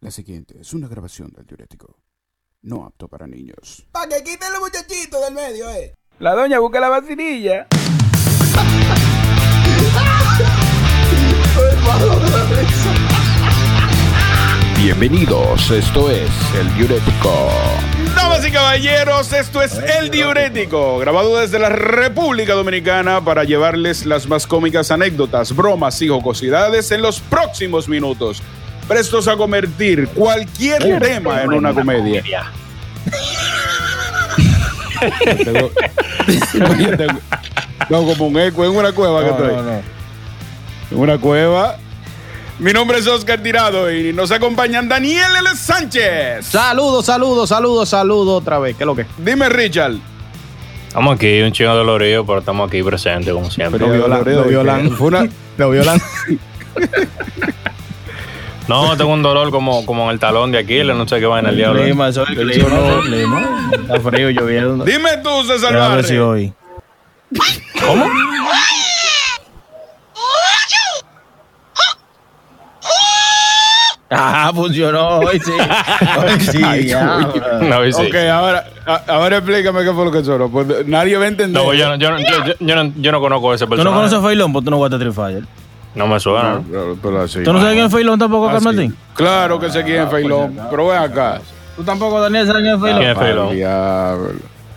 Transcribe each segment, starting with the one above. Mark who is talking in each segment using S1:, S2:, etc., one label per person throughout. S1: La siguiente es una grabación del diurético. No apto para niños.
S2: Para que quiten los muchachitos del medio, eh.
S3: La doña busca la vacinilla.
S4: Bienvenidos, esto es El Diurético.
S3: Damas y caballeros, esto es El Diurético, grabado desde la República Dominicana para llevarles las más cómicas anécdotas, bromas y jocosidades en los próximos minutos, prestos a convertir cualquier tema en una comedia. Tengo- tengo- tengo como un eco en una cueva que estoy. En una cueva. Mi nombre es Oscar Tirado y nos acompañan Daniel L. Sánchez.
S5: Saludos, saludos, saludos, saludos otra vez. ¿Qué es lo que?
S3: Dime, Richard.
S6: Estamos aquí, un chingo dolorido, pero estamos aquí presentes, como siempre.
S3: Pero- violan,
S5: lo
S3: lo
S5: violan.
S3: Fue una-
S5: Lo violan.
S6: No, tengo un dolor como, como en el talón de Aquiles, no sé qué va en el diablo.
S5: Clima, eso es el clima. clima. Está frío, lloviendo.
S3: Dime tú, César
S5: Déjame ver si
S3: Barrio.
S5: hoy. ¿Cómo? Ah, funcionó hoy sí. Hoy sí. ya, bro.
S6: No, y sí.
S3: Ok, ahora, a- ahora explícame qué fue lo que sonó. pues, nadie va a entender.
S6: No, yo no, yo, no, yo, yo- yo no, yo no conozco a ese
S5: ¿Tú no
S6: personaje.
S5: conoces a Failón? Pues tú no jugaste Street Fighter.
S6: No me suena. ¿no?
S3: Pero- pero así.
S5: ¿Tú no sabes quién es Failón tampoco, Carl
S3: Así.
S5: Martín?
S3: Claro que sé quién es Feilón, pero ven acá.
S5: ¿Tú tampoco, Daniel, sabes quién es Failón?
S6: ¿Quién es Feilón?
S3: Al diablo.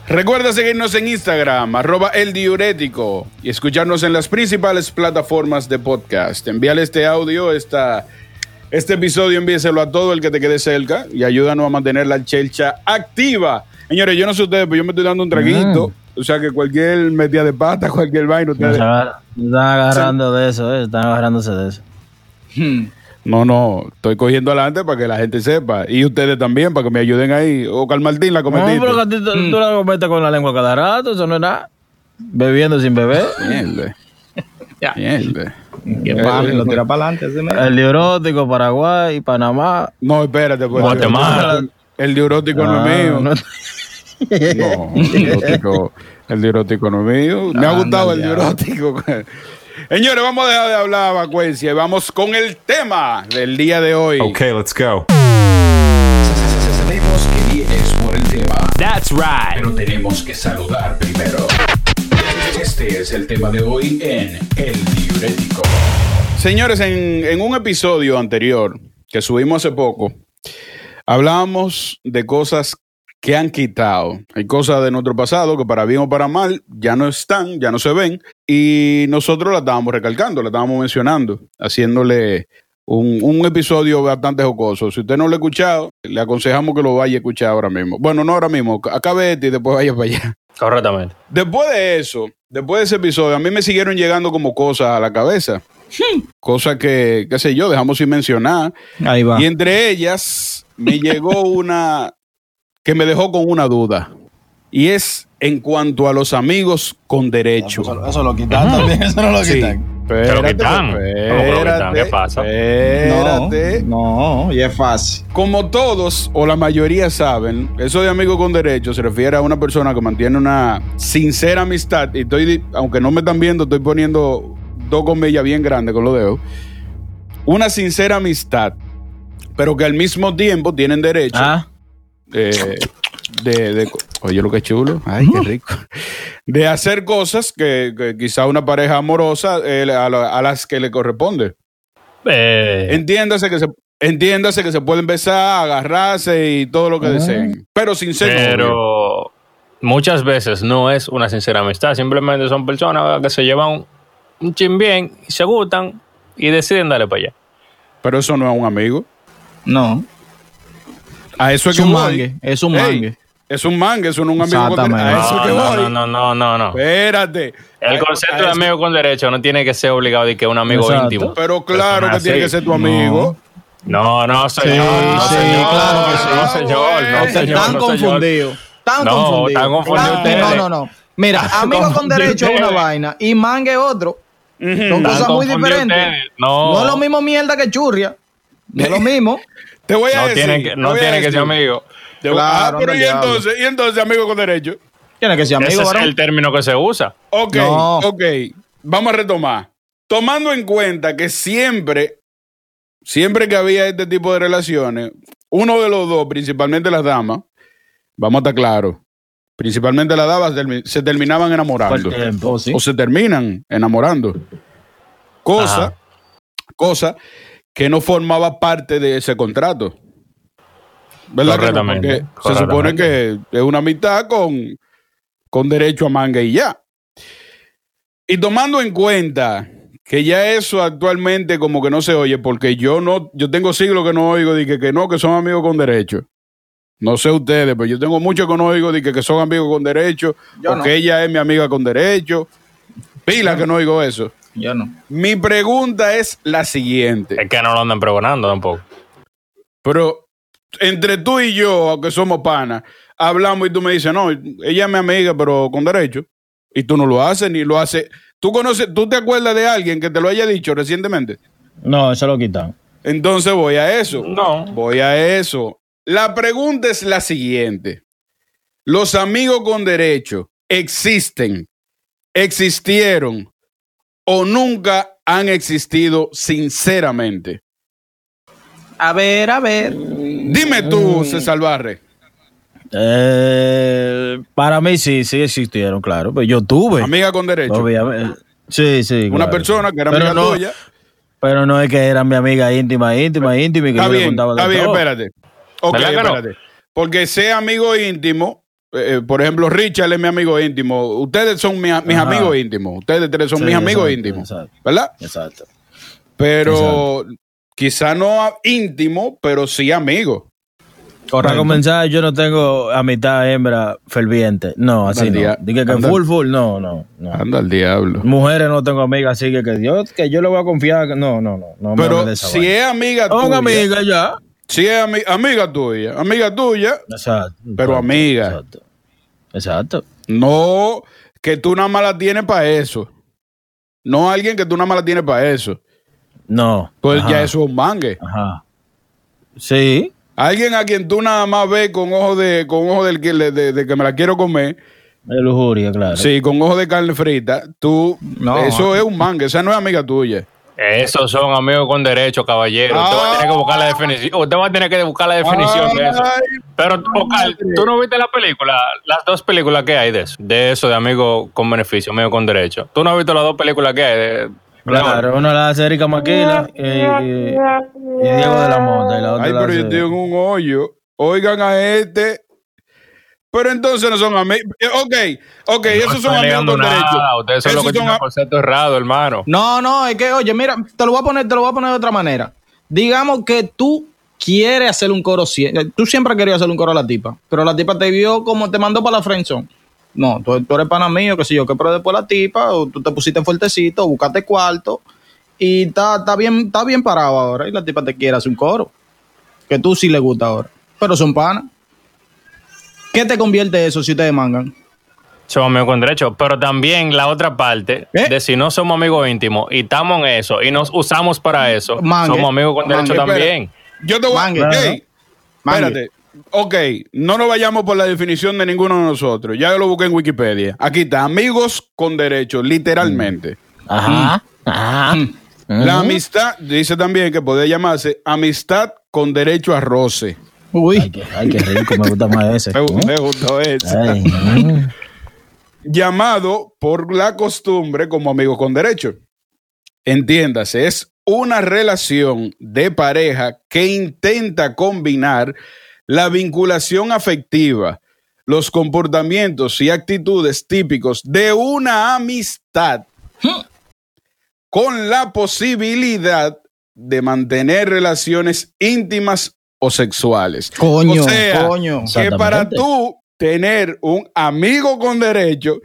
S3: Recuerda seguirnos en Instagram, arroba el diurético, y escucharnos en las principales plataformas de podcast. Envíale este audio, esta, este episodio, envíeselo a todo el que te quede cerca y ayúdanos a mantener la chelcha activa. Señores, yo no sé ustedes, pero yo me estoy dando un traguito.
S5: Mm.
S3: O sea que cualquier metida de pata, cualquier vaina,
S5: Se
S3: ustedes.
S5: agar- se Están agarrando de eso, eh, están agarrándose de eso.
S3: No, no, estoy cogiendo adelante para que la gente sepa. Y ustedes también, para que me ayuden ahí. O Carl Martín la
S5: No, pero que a
S3: cometiste.
S5: ti tú, tú la cometes con la lengua cada rato, eso no es nada. Bebiendo sin beber.
S3: Mierda. Mierda.
S7: Que
S3: palo, lo tira
S7: para adelante.
S5: El diurótico, Paraguay, Panamá. Ah,
S3: No, espérate, pues.
S6: Guatemala.
S3: El diurótico no es mío. No,
S5: No,
S3: el diurótico, el diurótico no es mío. Me ha gustado el diurótico. Señores, vamos a dejar de hablar vacuencia y vamos con el tema del día de hoy.
S8: Okay, let's go.
S4: Sabemos que vienes por el tema,
S8: That's right.
S4: pero tenemos que saludar primero. Este es el tema de hoy en El Diurético.
S3: Señores, en, en un episodio anterior que subimos hace poco, hablábamos de cosas que han quitado. Hay cosas de nuestro pasado que para bien o para mal ya no están, ya no se ven. Y nosotros la estábamos recalcando, la estábamos mencionando, haciéndole un, un episodio bastante jocoso. Si usted no lo ha escuchado, le aconsejamos que lo vaya a escuchar ahora mismo. Bueno, no ahora mismo, acabe este y después vaya para allá.
S6: Correctamente.
S3: Después de eso, después de ese episodio, a mí me siguieron llegando como cosas a la cabeza. Cosas que, qué sé yo, dejamos sin mencionar.
S5: Ahí va.
S3: Y entre ellas me llegó una que me dejó con una duda. Y es en cuanto a los amigos con derecho.
S7: Eso lo quitan también, eso no lo
S3: Sí.
S7: quitan.
S3: Espérate,
S6: lo quitamos. Pero lo quitamos, ¿qué
S3: espérate,
S6: pasa?
S3: Espérate.
S7: No, no, y es fácil.
S3: Como todos o la mayoría saben, eso de amigo con derecho se refiere a una persona que mantiene una sincera amistad. Y estoy, di- aunque no me están viendo, estoy poniendo dos comillas bien grandes con los dedos. Una sincera amistad, pero que al mismo tiempo tienen derecho
S5: Ah,
S3: eh, de, de- Oye, lo que chulo. Ay, qué rico. De hacer cosas que, que quizá una pareja amorosa eh, a la- a las que le corresponde.
S6: Eh,
S3: Entiéndase que se entiéndase que se pueden besar, agarrarse y todo lo que deseen. Pero sin ser novio.
S6: pero muchas veces no es una sincera amistad, simplemente son personas que se llevan un, un chin bien, y se gustan y deciden darle para allá.
S3: Pero eso no es un amigo.
S7: No.
S3: A eso es,
S5: es
S3: que
S5: un
S3: voy.
S5: mangue, es un
S3: Ey,
S5: mangue.
S3: es un mangue, eso no es un amigo.
S5: Exactamente.
S3: cualquiera. A eso es que
S6: no,
S3: voy.
S6: no, no, no, no, no.
S3: Espérate.
S6: El
S3: A- a
S6: concepto de
S3: eso-
S6: amigo con derecho no tiene que ser obligado de que un amigo
S5: Exacto.
S6: íntimo.
S3: Pero claro que
S6: Personas
S3: tiene
S6: así.
S3: que ser tu amigo.
S6: No, no, señor. no,
S5: sí,
S6: señor,
S5: claro que sí.
S6: No, señor. No,
S3: Ustedes
S6: señor.
S5: Están
S6: no, señor.
S5: confundidos. Están
S6: No,
S5: confundidos.
S6: están confundidos
S5: Están-
S6: ustedes.
S5: No, no, no. Mira, amigo con
S6: confundidos
S5: derecho es una
S6: ustedes.
S5: vaina y mangue es otro. Son
S6: Están
S5: cosas muy
S6: confundidos
S5: diferentes.
S6: ustedes. No.
S5: No es lo mismo mierda que churria. No es lo mismo.
S3: Te voy a
S6: No
S3: decir.
S6: tiene que,
S3: te
S6: no
S3: voy a
S6: tiene que
S3: decir.
S6: ser amigo.
S3: Te voy-
S5: Claro,
S3: ah, pero
S5: no,
S3: y
S5: diablo.
S3: entonces, y entonces, amigo con derecho.
S5: Tiene que ser
S6: Ese
S5: amigo,
S6: es
S5: varón.
S6: el término que se usa.
S3: Ok,
S5: No.
S3: ok. Vamos a retomar. Tomando en cuenta que siempre siempre que había este tipo de relaciones, uno de los dos, principalmente las damas, vamos a estar claros, principalmente las damas termi- se terminaban enamorando.
S7: Por tiempo, sí.
S3: O se terminan enamorando. Cosa,
S6: Ajá.
S3: cosa que no formaba parte de ese contrato. ¿Verdad? que no?
S6: Correctamente,
S3: Porque se supone
S6: correctamente.
S3: que es una amistad con, con derecho a manga y ya. Y tomando en cuenta que ya eso actualmente como que no se oye, porque yo no, yo tengo siglos que no oigo de que, que no, que son amigos con derecho. No sé ustedes, pero yo tengo mucho que no oigo de que, que son amigos con derecho,
S7: Yo
S3: o
S7: no.
S3: que ella es mi amiga con derecho. Pila que no oigo eso.
S7: Yo no.
S3: Mi pregunta es la siguiente.
S6: Es que no lo andan pregonando tampoco.
S3: Pero entre tú y yo, que somos panas, hablamos y tú me dices, no, ella es mi amiga, pero con derecho. Y tú no lo haces, ni lo haces. ¿Tú, conoces, ¿Tú te acuerdas de alguien que te lo haya dicho recientemente?
S5: No, eso lo quitan.
S3: Entonces voy a eso.
S6: No.
S3: Voy a eso. La pregunta es la siguiente. Los amigos con derecho existen, existieron o nunca han existido sinceramente.
S7: A ver, a ver.
S3: Dime tú, César Barre.
S5: Eh, para mí sí, sí existieron, claro. Pero yo tuve.
S3: Amiga con derecho.
S5: Obviamente. Sí, sí.
S3: Una
S5: claro.
S3: persona que era
S5: Pero
S3: amiga
S5: no-
S3: tuya.
S5: Pero no es que era mi amiga íntima, íntima, íntima. y Que
S3: Está
S5: yo le
S3: bien,
S5: contaba de
S3: está bien,
S5: todo.
S3: espérate. Ok,
S6: ¿Verdad que no?
S3: espérate. Porque sea amigo íntimo, eh, eh, por ejemplo, Richard es mi amigo íntimo. Ustedes son mi- mis
S5: Ajá.
S3: amigos íntimos. Ustedes tres son
S5: Sí,
S3: mis amigos
S5: exacto,
S3: íntimos.
S5: exacto.
S3: ¿Verdad?
S5: Exacto.
S3: Pero quizá no a- íntimo, pero sí amigo.
S5: Para comenzar, yo no tengo a mitad hembra ferviente. No, así
S3: Anda,
S5: no.
S3: ya.
S5: Dije que
S3: Anda.
S5: full, full, no, no, no.
S3: Anda al diablo.
S5: Mujeres no tengo amigas, así que que yo, que yo le voy a confiar. que- No, no, no. no me hable de
S3: Pero
S5: esa
S3: si
S5: vaina.
S3: es amiga
S5: Ah, una
S3: tuya.
S5: amiga ya.
S3: Si es ami- amiga tuya. Amiga tuya,
S5: Exacto.
S3: pero
S5: exacto,
S3: amiga.
S5: Exacto. Exacto.
S3: No que tú nada más la tienes para eso. No alguien que tú nada más la tienes para eso.
S5: No.
S3: Pues
S5: Ajá,
S3: ya eso es un mangue.
S5: Ajá. Sí.
S3: Alguien a quien tú nada más ves con ojo de, con ojo del que le- de, de que me la quiero comer,
S5: De lujuria, claro.
S3: sí, con ojo de carne frita, tú
S7: No.
S3: eso es un mangue, esa no es amiga tuya.
S6: Esos son amigos con derecho, caballero. Usted va a tener que buscar la definición. Usted va a tener que buscar la definición de eso. Pero, Oscar, ¿tú no viste la película? Las dos películas que hay de eso. De eso, de amigo con beneficio, amigo con derecho. ¿Tú no has visto las dos películas que hay? De,
S5: Claro, una la hace Erika Maquila y, eh, y- y Diego de la Mota. Y la otra
S3: Ay,
S5: la
S3: pero yo
S5: hace-
S3: estoy en un hoyo. Oigan a este. Pero entonces no son amigos. Ok, ok, esos son amigos con derecho.
S6: Ustedes son
S3: Esos
S6: los que
S3: son
S6: tienen
S3: a-
S6: el concepto errado, hermano.
S7: No, no, es que, oye, mira, te lo voy a poner, te lo voy a poner de otra manera. Digamos que tú quieres hacer un coro, sie- eh, tú siempre has querido hacer un coro a la tipa, pero la tipa te vio como te mandó para la friendzone. No, tú, tú eres pana mío, qué sé yo, que pero después la tipa, o tú te pusiste fuertecito, buscaste cuarto, y está, está bien, está bien parado ahora, y la tipa te quiere hacer un coro, que tú sí le gusta ahora, pero son panas. ¿Qué te convierte eso si ustedes mangan?
S6: Somos amigos con derecho. Pero también la otra parte
S7: ¿Eh?
S6: de si no somos amigos íntimos y estamos en eso y nos usamos para eso,
S7: Mangue.
S6: somos amigos con derecho
S7: Mangue,
S3: espera.
S6: también.
S3: Yo te voy a.
S7: Mangue,
S3: Ey,
S7: claro. Mangue.
S3: Espérate. Ok, no nos vayamos por la definición de ninguno de nosotros. Ya yo lo busqué en Wikipedia. Aquí está, amigos con derecho, literalmente.
S5: Ajá.
S3: Mm.
S5: Ajá.
S3: La amistad, dice también que puede llamarse amistad con derecho a roce.
S5: Ay,
S7: Uy,
S5: qué, ay, qué rico, me gusta más ese.
S3: Me, gu-
S5: ¿Eh?
S3: me gustó eso.
S5: Ay, mm.
S3: llamado por la costumbre como amigos con derecho. Entiéndase, es una relación de pareja que intenta combinar la vinculación afectiva, los comportamientos y actitudes típicos de una amistad con la posibilidad de mantener relaciones íntimas o sexuales.
S7: coño,
S3: O sea,
S7: coño.
S3: que
S5: Exactamente.
S3: para tú tener un amigo con derecho,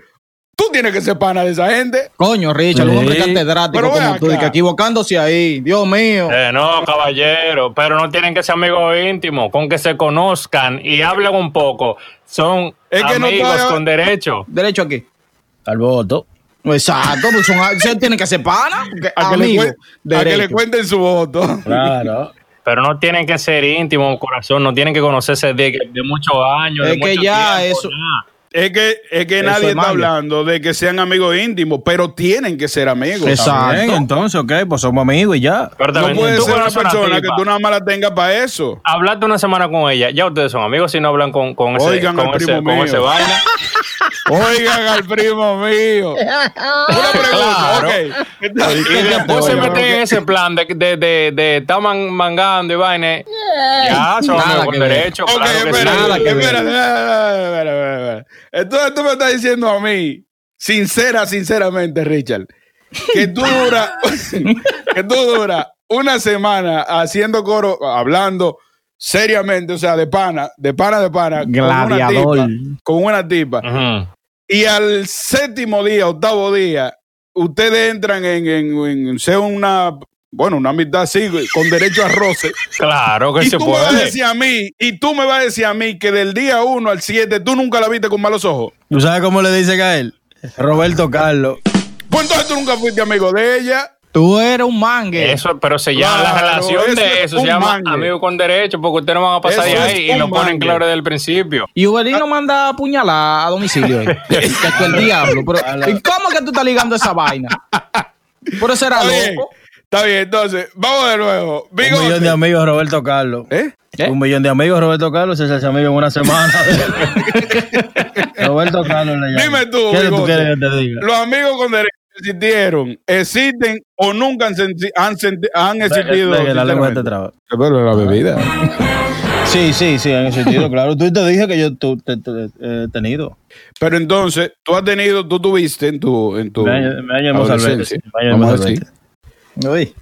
S3: tú tienes que ser pana de esa gente.
S7: Coño, Richard, un hombre
S5: Sí.
S7: catedrático
S3: Pero
S7: como
S3: ven
S7: tú,
S3: acá.
S7: y que equivocándose ahí, Dios mío.
S6: Eh, no, caballero, pero no tienen que ser amigos íntimos, con que se conozcan y hablen un poco. Son
S3: Es que no
S6: amigos
S3: estoy-
S6: con derecho.
S7: Derecho aquí.
S5: Al voto.
S7: Exacto, pues son, se tienen que hacer pana. porque
S3: A que, le
S7: amigo,
S3: cuen- a que le
S7: derecho.
S3: cuenten su voto.
S5: Claro.
S6: Pero no tienen que ser íntimos, corazón, no tienen que conocerse de, de muchos años. de
S7: Es que
S6: mucho
S7: ya
S6: tiempo,
S7: eso-
S6: nada.
S3: Es que, es que
S7: Eso
S3: nadie
S7: es
S3: está
S7: magia.
S3: hablando de que sean amigos íntimos, pero tienen que ser amigos.
S5: Está bien,
S3: también.
S5: entonces, ok, pues somos amigos y ya.
S6: Pero
S3: No
S6: también,
S3: puede
S6: tú
S3: ser una
S6: conoces a
S3: persona que
S6: tipa,
S3: tú nada más la tengas para eso.
S6: Hablaste una semana con ella, ya ustedes son amigos si no hablan con, con ese,
S3: Oigan
S6: con
S3: al
S6: ese,
S3: primo
S6: con
S3: mío.
S6: ese vaina.
S3: Oigan al primo mío. Una pregunta,
S6: Claro.
S3: ok.
S6: Y
S3: Este
S6: después se meten en ese plan de, de, de, de estar man- mangando y vaina. Ya, son amigos
S5: Nada que
S6: con
S5: ver.
S6: derecho.
S3: Ok,
S6: claro que
S3: espera,
S6: sí.
S5: nada que
S3: espera,
S5: ver.
S3: espera, espera, espera, espera. Entonces tú me estás diciendo a mí, sincera, sinceramente, Richard, que tú duras, que tú duras una semana haciendo coro, hablando seriamente, o sea, de pana, de pana, de pana, con una
S7: Gladiador.
S3: tipa, con una tipa,
S6: Ujú.
S3: y al séptimo día, octavo día, ustedes entran en, en, en- sea una, bueno, una amistad así, con derecho a roce.
S6: Claro
S5: Pues
S6: que
S3: Y
S6: se
S3: tú me vas a
S6: puede.
S3: decir a mí, y tú me vas a decir a mí que del día 1 al 7 tú nunca la viste con malos ojos.
S5: ¿Tú sabes cómo le dicen a él? Roberto Carlos.
S3: Pues entonces tú nunca fuiste amigo de ella.
S7: Tú eres un mangue.
S6: Eso, pero se llama la
S3: Claro,
S6: relación
S3: eso
S6: de
S3: es
S6: eso, se
S3: un
S6: llama
S3: mangue.
S6: amigo con derecho, porque ustedes no van a pasar
S3: Eso
S6: de
S3: es
S6: ahí y
S3: un
S6: lo ponen
S3: mangue.
S6: claro desde el principio.
S7: Y Uberino manda a puñalar a domicilio. eh. Que tú el diablo. Pero, ¿Y cómo que tú estás ligando esa vaina? Por eso era
S3: Está bien.
S7: loco.
S3: Está bien, entonces, vamos de nuevo.
S5: Un millón de
S3: Bigote.
S5: amigos Roberto Carlos.
S3: ¿Eh?
S7: ¿Eh?
S5: Un millón de amigos Roberto Carlos se hace amigo en una semana. Roberto Carlos le llama.
S3: Dime tú,
S5: ¿Qué tú
S3: bigote.
S5: quieres que te diga?
S3: Los amigos con derecho existieron, existen o nunca han, senti- han, senti- han existido.
S5: Ve- ve que la lengua este te
S3: sinceramente.
S5: traba.
S3: Pero la bebida.
S5: Sí, sí, sí, en ese sentido, claro. Tú te dije que yo tú- te- te- eh, he tenido.
S3: Pero entonces, tú has tenido, tú tuviste en tu, en tu
S5: Me ha- me ha llamado
S3: adolescencia,
S5: Salvete, sí, me ha llamado
S3: vamos a
S5: Salvete.
S3: decir,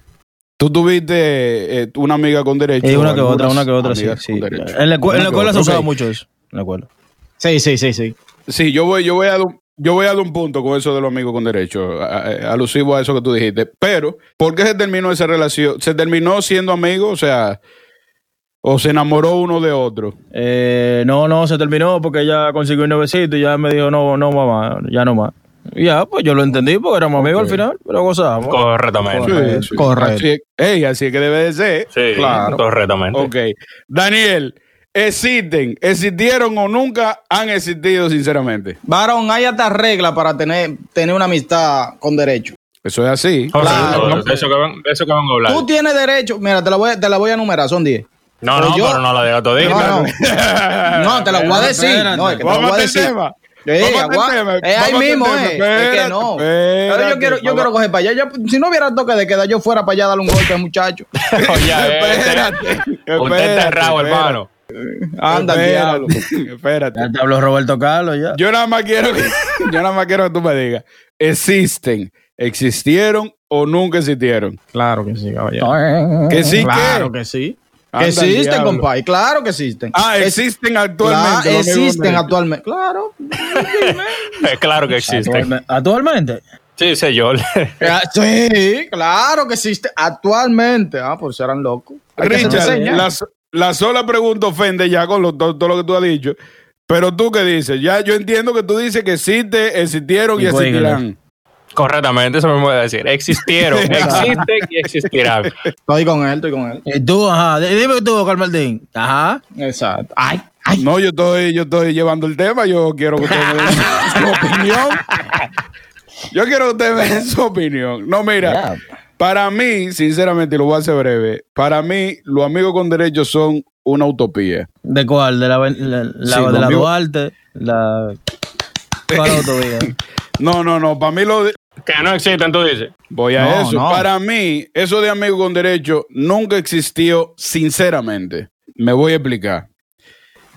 S3: tú tuviste eh, una amiga con derecho.
S5: Y una que
S3: algunas
S5: otra, una que otra, sí.
S3: amigas
S5: sí.
S3: con
S5: En
S3: derecho.
S5: la, escu- en
S3: Una
S5: la
S3: que
S5: escuela se
S3: otra,
S5: usaba
S3: ok.
S5: mucho eso. En la escuela.
S7: Sí, sí, sí, sí.
S3: Sí, yo voy, yo voy a dar un- yo voy a dar un punto con eso de los amigos con derecho, a- a- alusivo a eso que tú dijiste. Pero, ¿por qué se terminó esa relación? ¿Se terminó siendo amigos? O sea, o se enamoró uno de otro.
S5: Eh, no, no, se terminó porque ella consiguió un novecito y ya me dijo, no, no, mamá, ya no más. Y ya, pues yo lo entendí porque éramos amigos al final, pero gozábamos.
S6: Correctamente.
S5: Correcto.
S7: Correcto.
S3: Así es, ey, así es que debe de ser.
S6: Sí,
S3: claro.
S6: correctamente.
S3: Ok. Daniel, existen, existieron o nunca han existido, sinceramente.
S7: Varón, hay hasta reglas para tener, tener una amistad con derecho.
S3: Eso es así.
S7: Claro,
S6: Correcto,
S7: no.
S6: de, eso que van, de eso que van a hablar.
S7: Tú tienes derecho. Mira, te la voy, a- te la voy a enumerar, son 10.
S6: No,
S7: pero
S6: no,
S7: yo-
S6: pero no la de otro día.
S7: No, no. no, te la voy a decir. No, es que te la voy a
S3: Vamos al
S7: decir.
S3: tema.
S7: Eh,
S3: Vamos al
S7: agua-
S3: tema.
S7: eh, ahí
S3: Vamos al
S7: mismo,
S3: tema.
S7: eh. Es que no.
S3: Espérate,
S7: Pero yo quiero, yo
S3: vamos.
S7: quiero coger para allá. Yo- si no hubiera toque de queda, yo fuera para allá a darle un golpe al muchacho.
S6: Oye, este-
S3: Espérate.
S6: usted
S3: espérate,
S6: está errado,
S3: espérate.
S6: hermano.
S7: Anda, el diablo.
S3: Espérate. Espérate.
S5: Ya te habló Roberto Carlos, ya.
S3: Yo nada más quiero que, yo nada más quiero que tú me digas. ¿Existen? ¿Existieron o nunca existieron?
S7: Claro que sí, caballero.
S3: Que sí
S7: Claro
S3: que.
S7: que sí.
S3: Anda
S7: Que
S3: el
S7: existen,
S3: diablo.
S7: compadre. Claro que existen.
S3: Ah,
S7: Es-
S3: existen
S7: Claro,
S3: actualmente. los amigos
S7: existen
S3: con derecho.
S7: actualmente. Claro.
S6: claro que existe.
S5: Actualme- Actualmente.
S6: Sí, señor.
S7: Ah, Sí, claro que existe actualmente. Ah, pues serán locos. Hay que hacer
S3: Richard,
S7: reseña.
S3: la, so- la sola pregunta ofende ya con lo- todo, todo lo que tú has dicho. Pero tú qué dices? Ya yo entiendo que tú dices que existe, existieron y
S5: Y juegan.
S3: existirán.
S6: Correctamente, eso me voy a decir. Existieron, existen y existirán.
S7: Estoy con él, estoy con él.
S5: Y tú, ajá. d- Dime tú, Carmeldín. Ajá.
S7: Exacto. Ay, ay.
S3: No, yo estoy, yo estoy llevando el tema. Yo quiero que ustedes me den su opinión. Yo quiero que ustedes me den su opinión. No, mira, para mí, sinceramente, y lo voy a hacer breve. Para mí, los amigos con derechos son una utopía.
S5: ¿De cuál? ¿De la, ven- la, la-
S3: Sí,
S5: de la
S3: conmigo.
S5: Duarte? La... ¿Cuál autovía?
S3: No, no, no. Para mí, lo, de-
S6: Que no existen, tú dices.
S3: Voy a
S7: No,
S3: eso.
S7: no.
S3: Para mí, eso de amigo con derecho nunca existió, sinceramente. Me voy a explicar.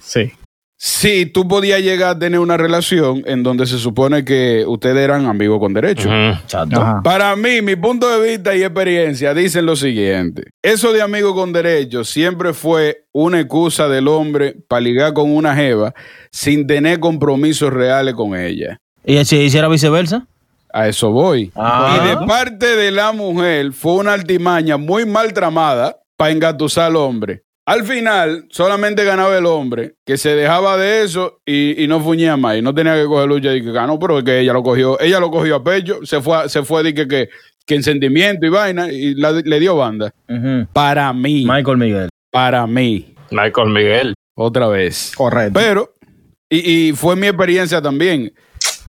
S7: Sí.
S3: Sí, tú podías llegar a tener una relación en donde se supone que ustedes eran amigos con derecho.
S5: Chato.
S7: Ajá.
S3: Para mí, mi punto de vista y experiencia dicen lo siguiente. Eso de amigo con derecho siempre fue una excusa del hombre para ligar con una jeva sin tener compromisos reales con ella.
S5: ¿Y si hiciera viceversa?
S3: A eso voy.
S5: Ah.
S3: Y de parte de la mujer fue una artimaña muy mal tramada para engatusar al hombre. Al final, solamente ganaba el hombre, que se dejaba de eso y, y no fuñía más. Y no tenía que coger lucha y que ganó, pero es que ella lo cogió, ella lo cogió a pecho, se fue, a- se fue de que, que, que en sentimiento y vaina, y la- le dio banda.
S5: Ujú.
S3: Para mí,
S5: Michael Miguel.
S3: para mí,
S6: Michael Miguel.
S3: otra vez.
S7: Correcto.
S3: Pero Y, y fue mi experiencia también,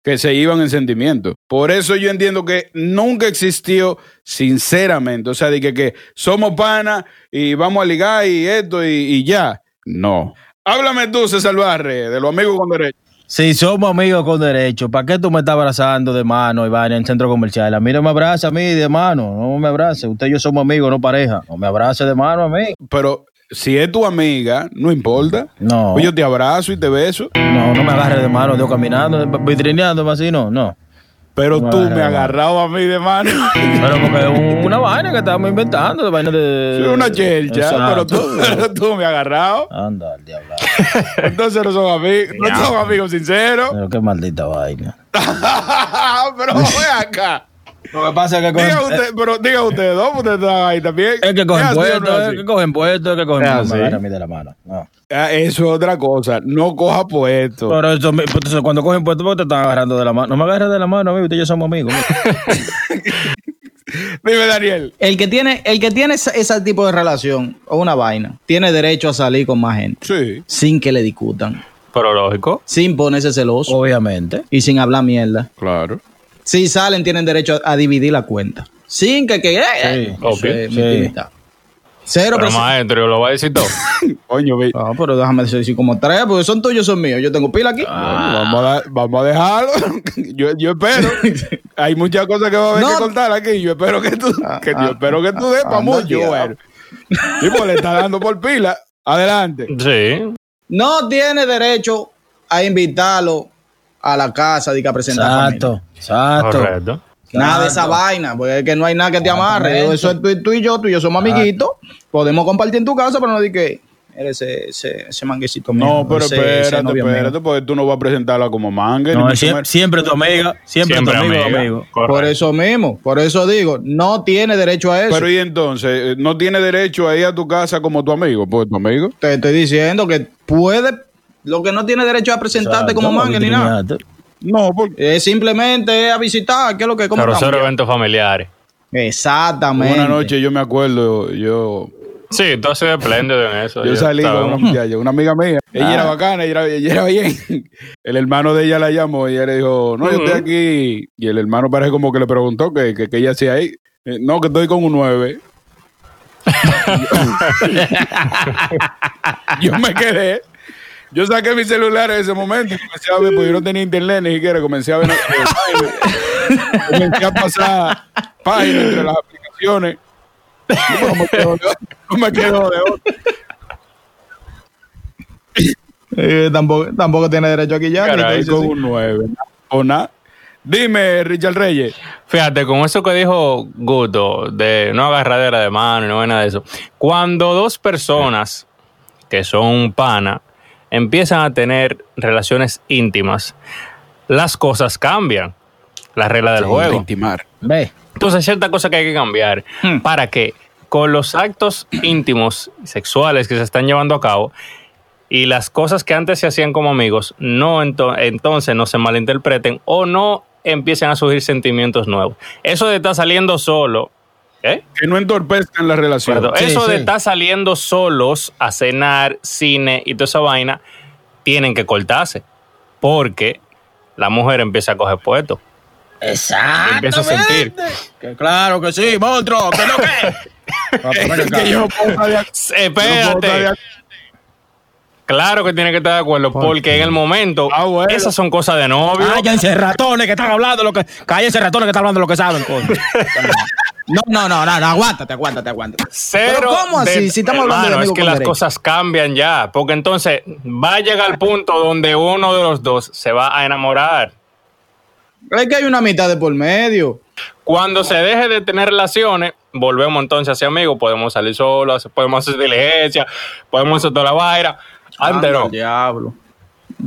S3: que se iban en sentimiento. Por eso yo entiendo que nunca existió sinceramente. O sea, de que, que somos panas y vamos a ligar y esto y, y ya. No. Háblame tú, César Barre, de los amigos con derecho.
S5: Si somos amigos con derecho, ¿para qué tú me estás abrazando de mano, Iván, en el centro comercial? A mí no me abraza a mí de mano, no me abrace. Usted y yo somos amigos, no pareja. No me abrace de mano a mí.
S3: Pero si es tu amiga, no importa.
S5: No.
S3: Pues yo te abrazo y te beso.
S5: No, no me agarre de mano, yo caminando, vitrineando, así, no, no.
S3: Pero
S5: No,
S3: tú
S5: no,
S3: me
S5: no.
S3: agarrabas a mí de mano.
S5: Pero porque es un- una vaina que estábamos inventando, de vaina de.
S3: Soy una chelcha,
S5: Exacto.
S3: pero tú, pero tú me agarrabas.
S5: Anda, al diablo.
S3: Entonces no son amigos, no son amigos sinceros.
S5: Pero qué maldita vaina.
S3: pero ve acá.
S5: Lo que pasa es que
S3: Diga usted, pero diga usted dos, porque ustedes están ahí también.
S5: Es que cogen
S3: ¿Es así o no
S5: puestos,
S3: así? Ah,
S5: es que cogen puestos, es que cogen
S3: Es
S5: puestos.
S3: así.
S5: Me agarra a mí de la mano. No.
S3: Ah, Eso es otra cosa. No coja puesto.
S5: Pero eso, me- pues, entonces, cuando cogen puestos, ¿por qué te están agarrando de la mano? No me agarres de la mano, amigo, usted y yo somos amigos. mira.
S3: Dime, Daniel.
S7: El que tiene, el que tiene esa- ese tipo de relación o una vaina, tiene derecho a salir con más gente
S3: Sí.
S7: sin que le discutan,
S6: Pero lógico.
S7: sin ponerse celoso
S5: Obviamente.
S7: y sin hablar mierda.
S3: Claro.
S7: Si salen, tienen derecho a, a dividir la cuenta. Sin que, que eh, eh,
S5: Sí,
S7: eso es
S5: sí.
S7: mentirita. Cero
S6: Pero
S5: pues,
S7: presen-
S6: maestro, yo lo voy a decir todo.
S3: Coño, vi-
S7: Ah, pero déjame decir como tres, porque son tuyos, son míos. Yo tengo pila aquí.
S5: Ah.
S3: Vamos, a, vamos a dejarlo. Yo, yo espero. Hay muchas cosas que va a haber
S7: No.
S3: que contar aquí. Yo espero que tú, que, yo espero que tú des para
S7: anda,
S3: mucho.
S7: tío.
S3: bueno. Tipo, le está dando por pila. Adelante.
S6: Sí.
S7: No tiene derecho a invitarlo a la casa de que a presentar. familia.
S5: Exacto, exacto.
S6: Correcto.
S7: Nada de esa
S5: Exacto.
S7: vaina, porque es que no hay nada que te amarre.
S5: Exactamente.
S7: Eso es tú, tú y yo, tú y yo somos
S5: Exacto.
S7: amiguitos. Podemos compartir en tu casa, pero no di que eres ese, ese, ese manguecito mío.
S3: No, pero
S7: ese- ese
S3: espérate,
S7: novio mío.
S3: espérate, porque tú no vas a presentarla como manga. ni
S5: No,
S3: mucho
S5: es siempre,
S3: menos.
S5: siempre tu amiga, siempre,
S6: Siempre
S5: tu amigo,
S6: amiga.
S5: amigo.
S6: Correcto.
S7: Por eso mismo, por eso digo, no tiene derecho a eso.
S3: Pero y entonces, eh, ¿no tiene derecho a ir a tu casa como tu amigo? Pues tu amigo.
S7: Te estoy diciendo que puede, lo que no tiene derecho a presentarte
S5: Exacto,
S7: como mangue ni nada.
S5: vitrineate.
S3: No, porque
S7: Es simplemente a visitar, ¿qué es lo que cómo
S6: Pero
S7: estamos?
S6: cero eventos familiares.
S7: Exactamente.
S3: una noche yo me acuerdo, yo,
S6: Sí, tú haces espléndido en eso.
S3: yo
S6: ya Ah.
S3: salí con una
S6: sabemos.
S3: muchacha, una amiga mía. Ella era bacana, ella era, ella era bien. El hermano de ella la llamó y ella le dijo, no, yo
S6: Ujú.
S3: estoy aquí. Y el hermano parece como que le preguntó que, que, que ella hacía ahí. Eh, No, que estoy con un 9. yo me quedé. Yo saqué mi celular en ese momento y comencé a ver, porque yo no tenía internet ni siquiera, comencé a ver. eh, comencé a pasar páginas entre las aplicaciones. No me quedo de otra, no me quedo de otra.
S7: Eh, tampoco, tampoco tiene derecho aquí ya.
S3: Caray,
S7: entonces,
S3: con un 9. O nada. Dime, Richard Reyes.
S6: Fíjate, con eso que dijo Guto, de no agarradera de mano y no hay nada de eso. Cuando dos personas que son pana empiezan a tener relaciones íntimas, las cosas cambian. La regla del
S1: Para
S6: juego.
S1: intimar.
S5: Ve,
S6: Entonces, hay ciertas cosas que hay que cambiar
S5: Hmm.
S6: para que con los actos íntimos sexuales que se están llevando a cabo y las cosas que antes se hacían como amigos, no ento- entonces no se malinterpreten o no empiecen a surgir sentimientos nuevos. Eso de estar saliendo solo, ¿eh?
S3: Que no entorpezcan la relación.
S6: Perdón,
S5: Sí,
S6: eso de
S5: sí.
S6: estar saliendo solos a cenar, cine y toda esa vaina, tienen que cortarse porque la mujer empieza a coger puestos. Exacto. Empieza a sentir.
S5: que claro que sí, monstruo, que no que. Ah, pero ven acá.
S3: Que yo no puedo estar de ac- no puedo estar de
S6: Espérate.
S3: ac-
S6: Claro que tiene que estar de acuerdo, porque en el momento
S3: Ah, bueno.
S6: esas son cosas de novio.
S7: Ah,
S5: Cállense ratones que están hablando lo que. Cállense ratones que están hablando lo que saben, coño.
S7: No, no, no, no, no, aguántate, aguántate, aguántate.
S6: Cero
S7: Pero ¿cómo
S6: de-
S7: así? Si estamos hablando de
S6: Hermano,
S7: amigo
S6: es que
S7: con
S6: las
S7: derecho.
S6: cosas cambian ya, porque entonces va a llegar el punto donde uno de los dos se va a enamorar.
S7: Es que hay una mitad de por medio.
S6: Cuando se deje de tener relaciones, volvemos entonces a ser amigos, podemos salir solos, podemos hacer diligencia, podemos hacer toda la vaina. Antes
S7: Anda,
S6: no.
S7: diablo.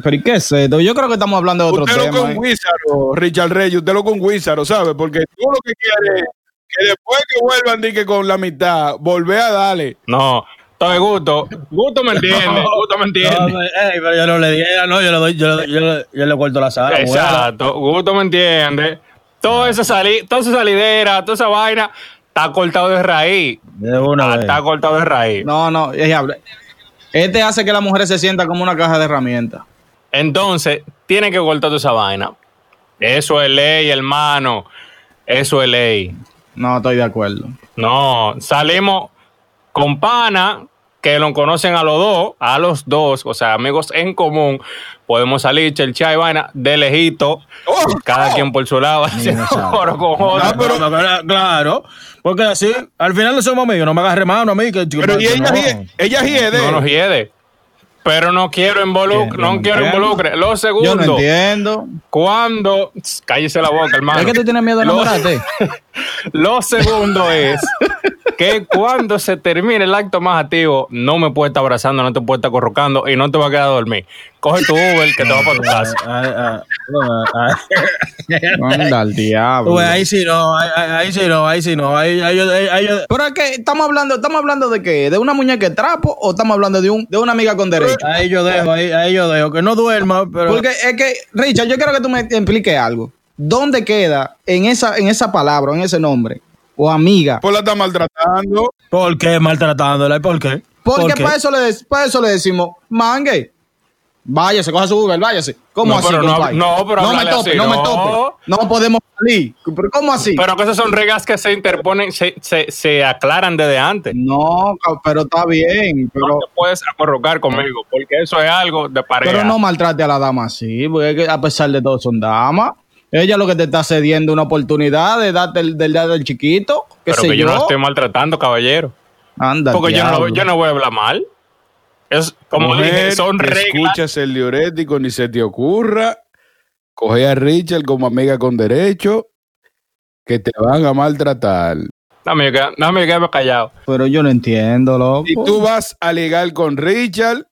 S7: Pero ¿y qué es esto? Yo creo que estamos hablando de otro
S3: Usted lo
S7: tema.
S3: con
S7: ¿eh?
S3: Guízaro, Richard Reyes. Usted lo con Guízaro, ¿sabe? Porque tú lo que quieres es que después que vuelvan, di que con la mitad, volver a darle.
S6: No. Entonces, Gusto, Gusto me entiende, Gusto me
S5: No,
S6: entiende.
S5: me- ey, pero yo no le diera, no, yo le doy, yo le, yo le- yo le corto la sala. abuela.
S6: Exacto, Gusto me entiende. Toda esa, sali toda esa salidera, toda esa vaina, está cortado de raíz.
S5: De una
S6: Ah,
S5: vez.
S6: está cortado de raíz.
S7: No, no, es diablo. Este hace que la mujer se sienta como una caja de herramientas.
S6: Entonces, tiene que cortar toda esa vaina. Eso es ley, hermano. Eso es ley.
S7: No, estoy de acuerdo.
S6: No, salimos con pana que lo conocen a los dos, a los dos, o sea, amigos en común. Podemos salir, chelchar y vaina de lejito, cada quien por su lado, haciendo
S5: sabe.
S6: coro con otro.
S5: Ah, pero- no, no, claro, porque así, al final no somos amigos, no me agarre mano a mí. Que,
S3: Pero y
S5: que
S3: ella,
S5: no.
S3: ríe- ella E ríe de-
S6: No nos hiede. Pero no quiero involucrar,
S5: Bien,
S6: no quiero
S5: entiendo.
S6: involucrar. Lo
S7: Yo no
S6: segundo,
S7: entiendo.
S6: cuando. Tss, Cállese la boca,
S3: Ah,
S6: hermano.
S7: Es que tú tienes miedo de
S6: Lo-
S7: enamorarte.
S6: Lo segundo es que cuando se termine el acto más activo, no me puedes estar abrazando, no te puedes estar corrocando y no te vas a quedar a dormir. Coge tu Uber que te va para tu casa.
S5: Ah, ah, ah, ah.
S7: Anda al diablo.
S5: Pues ahí sí no, ahí, ahí- ahí sí no, ahí sí no. Ahí, ahí yo- ahí- ahí yo-
S7: Pero es que estamos hablando, estamos hablando de qué? ¿De una muñeca de trapo o estamos hablando de un de una amiga con derecho?
S5: ahí yo dejo, ahí, ahí yo dejo. Que no duerma, pero.
S7: Porque es que, Richard, yo quiero que tú me expliques algo. ¿Dónde queda en esa, en esa palabra, en ese nombre? O amiga.
S3: Pues la está maltratando.
S5: ¿Por qué maltratándola? ¿Y ¿Por qué?
S7: Porque
S5: ¿Por qué?
S7: para eso, le, dec- para eso le decimos, mangue, váyase, coja su Uber, váyase. ¿Cómo
S6: No,
S7: así,
S6: pero no-
S7: compadre?
S6: no, pero
S7: me
S6: háblale
S7: tope,
S6: así,
S7: no, me
S6: no.
S7: tope. No podemos salir. ¿Pero cómo así?
S6: Pero que esas son reglas que se interponen, se, se, se aclaran desde antes.
S7: no, ca- pero está bien.
S6: No
S7: Pero,
S6: te puedes acorrocar conmigo, porque eso es algo de pareja.
S7: pero no maltrate a la dama así, porque es que a pesar de todo son damas. Ella lo que te está cediendo una oportunidad de darte el, del día del chiquito. Que
S6: pero
S7: sé
S6: que yo
S7: yo.
S6: no estoy maltratando, caballero.
S7: Anda,
S6: Porque yo no, lo-
S7: diablo.
S6: yo no voy a hablar mal. Es, como dije,
S3: Mujer,
S6: son
S3: ni
S6: reglas.
S3: Escuchas el diurético, ni se te ocurra. Coge a Richard como amiga con derecho, que te van a maltratar.
S6: Déjame quedarme- déjame quedarme callado.
S7: Pero yo no entiendo, loco.
S3: Si tú vas a ligar con Richard,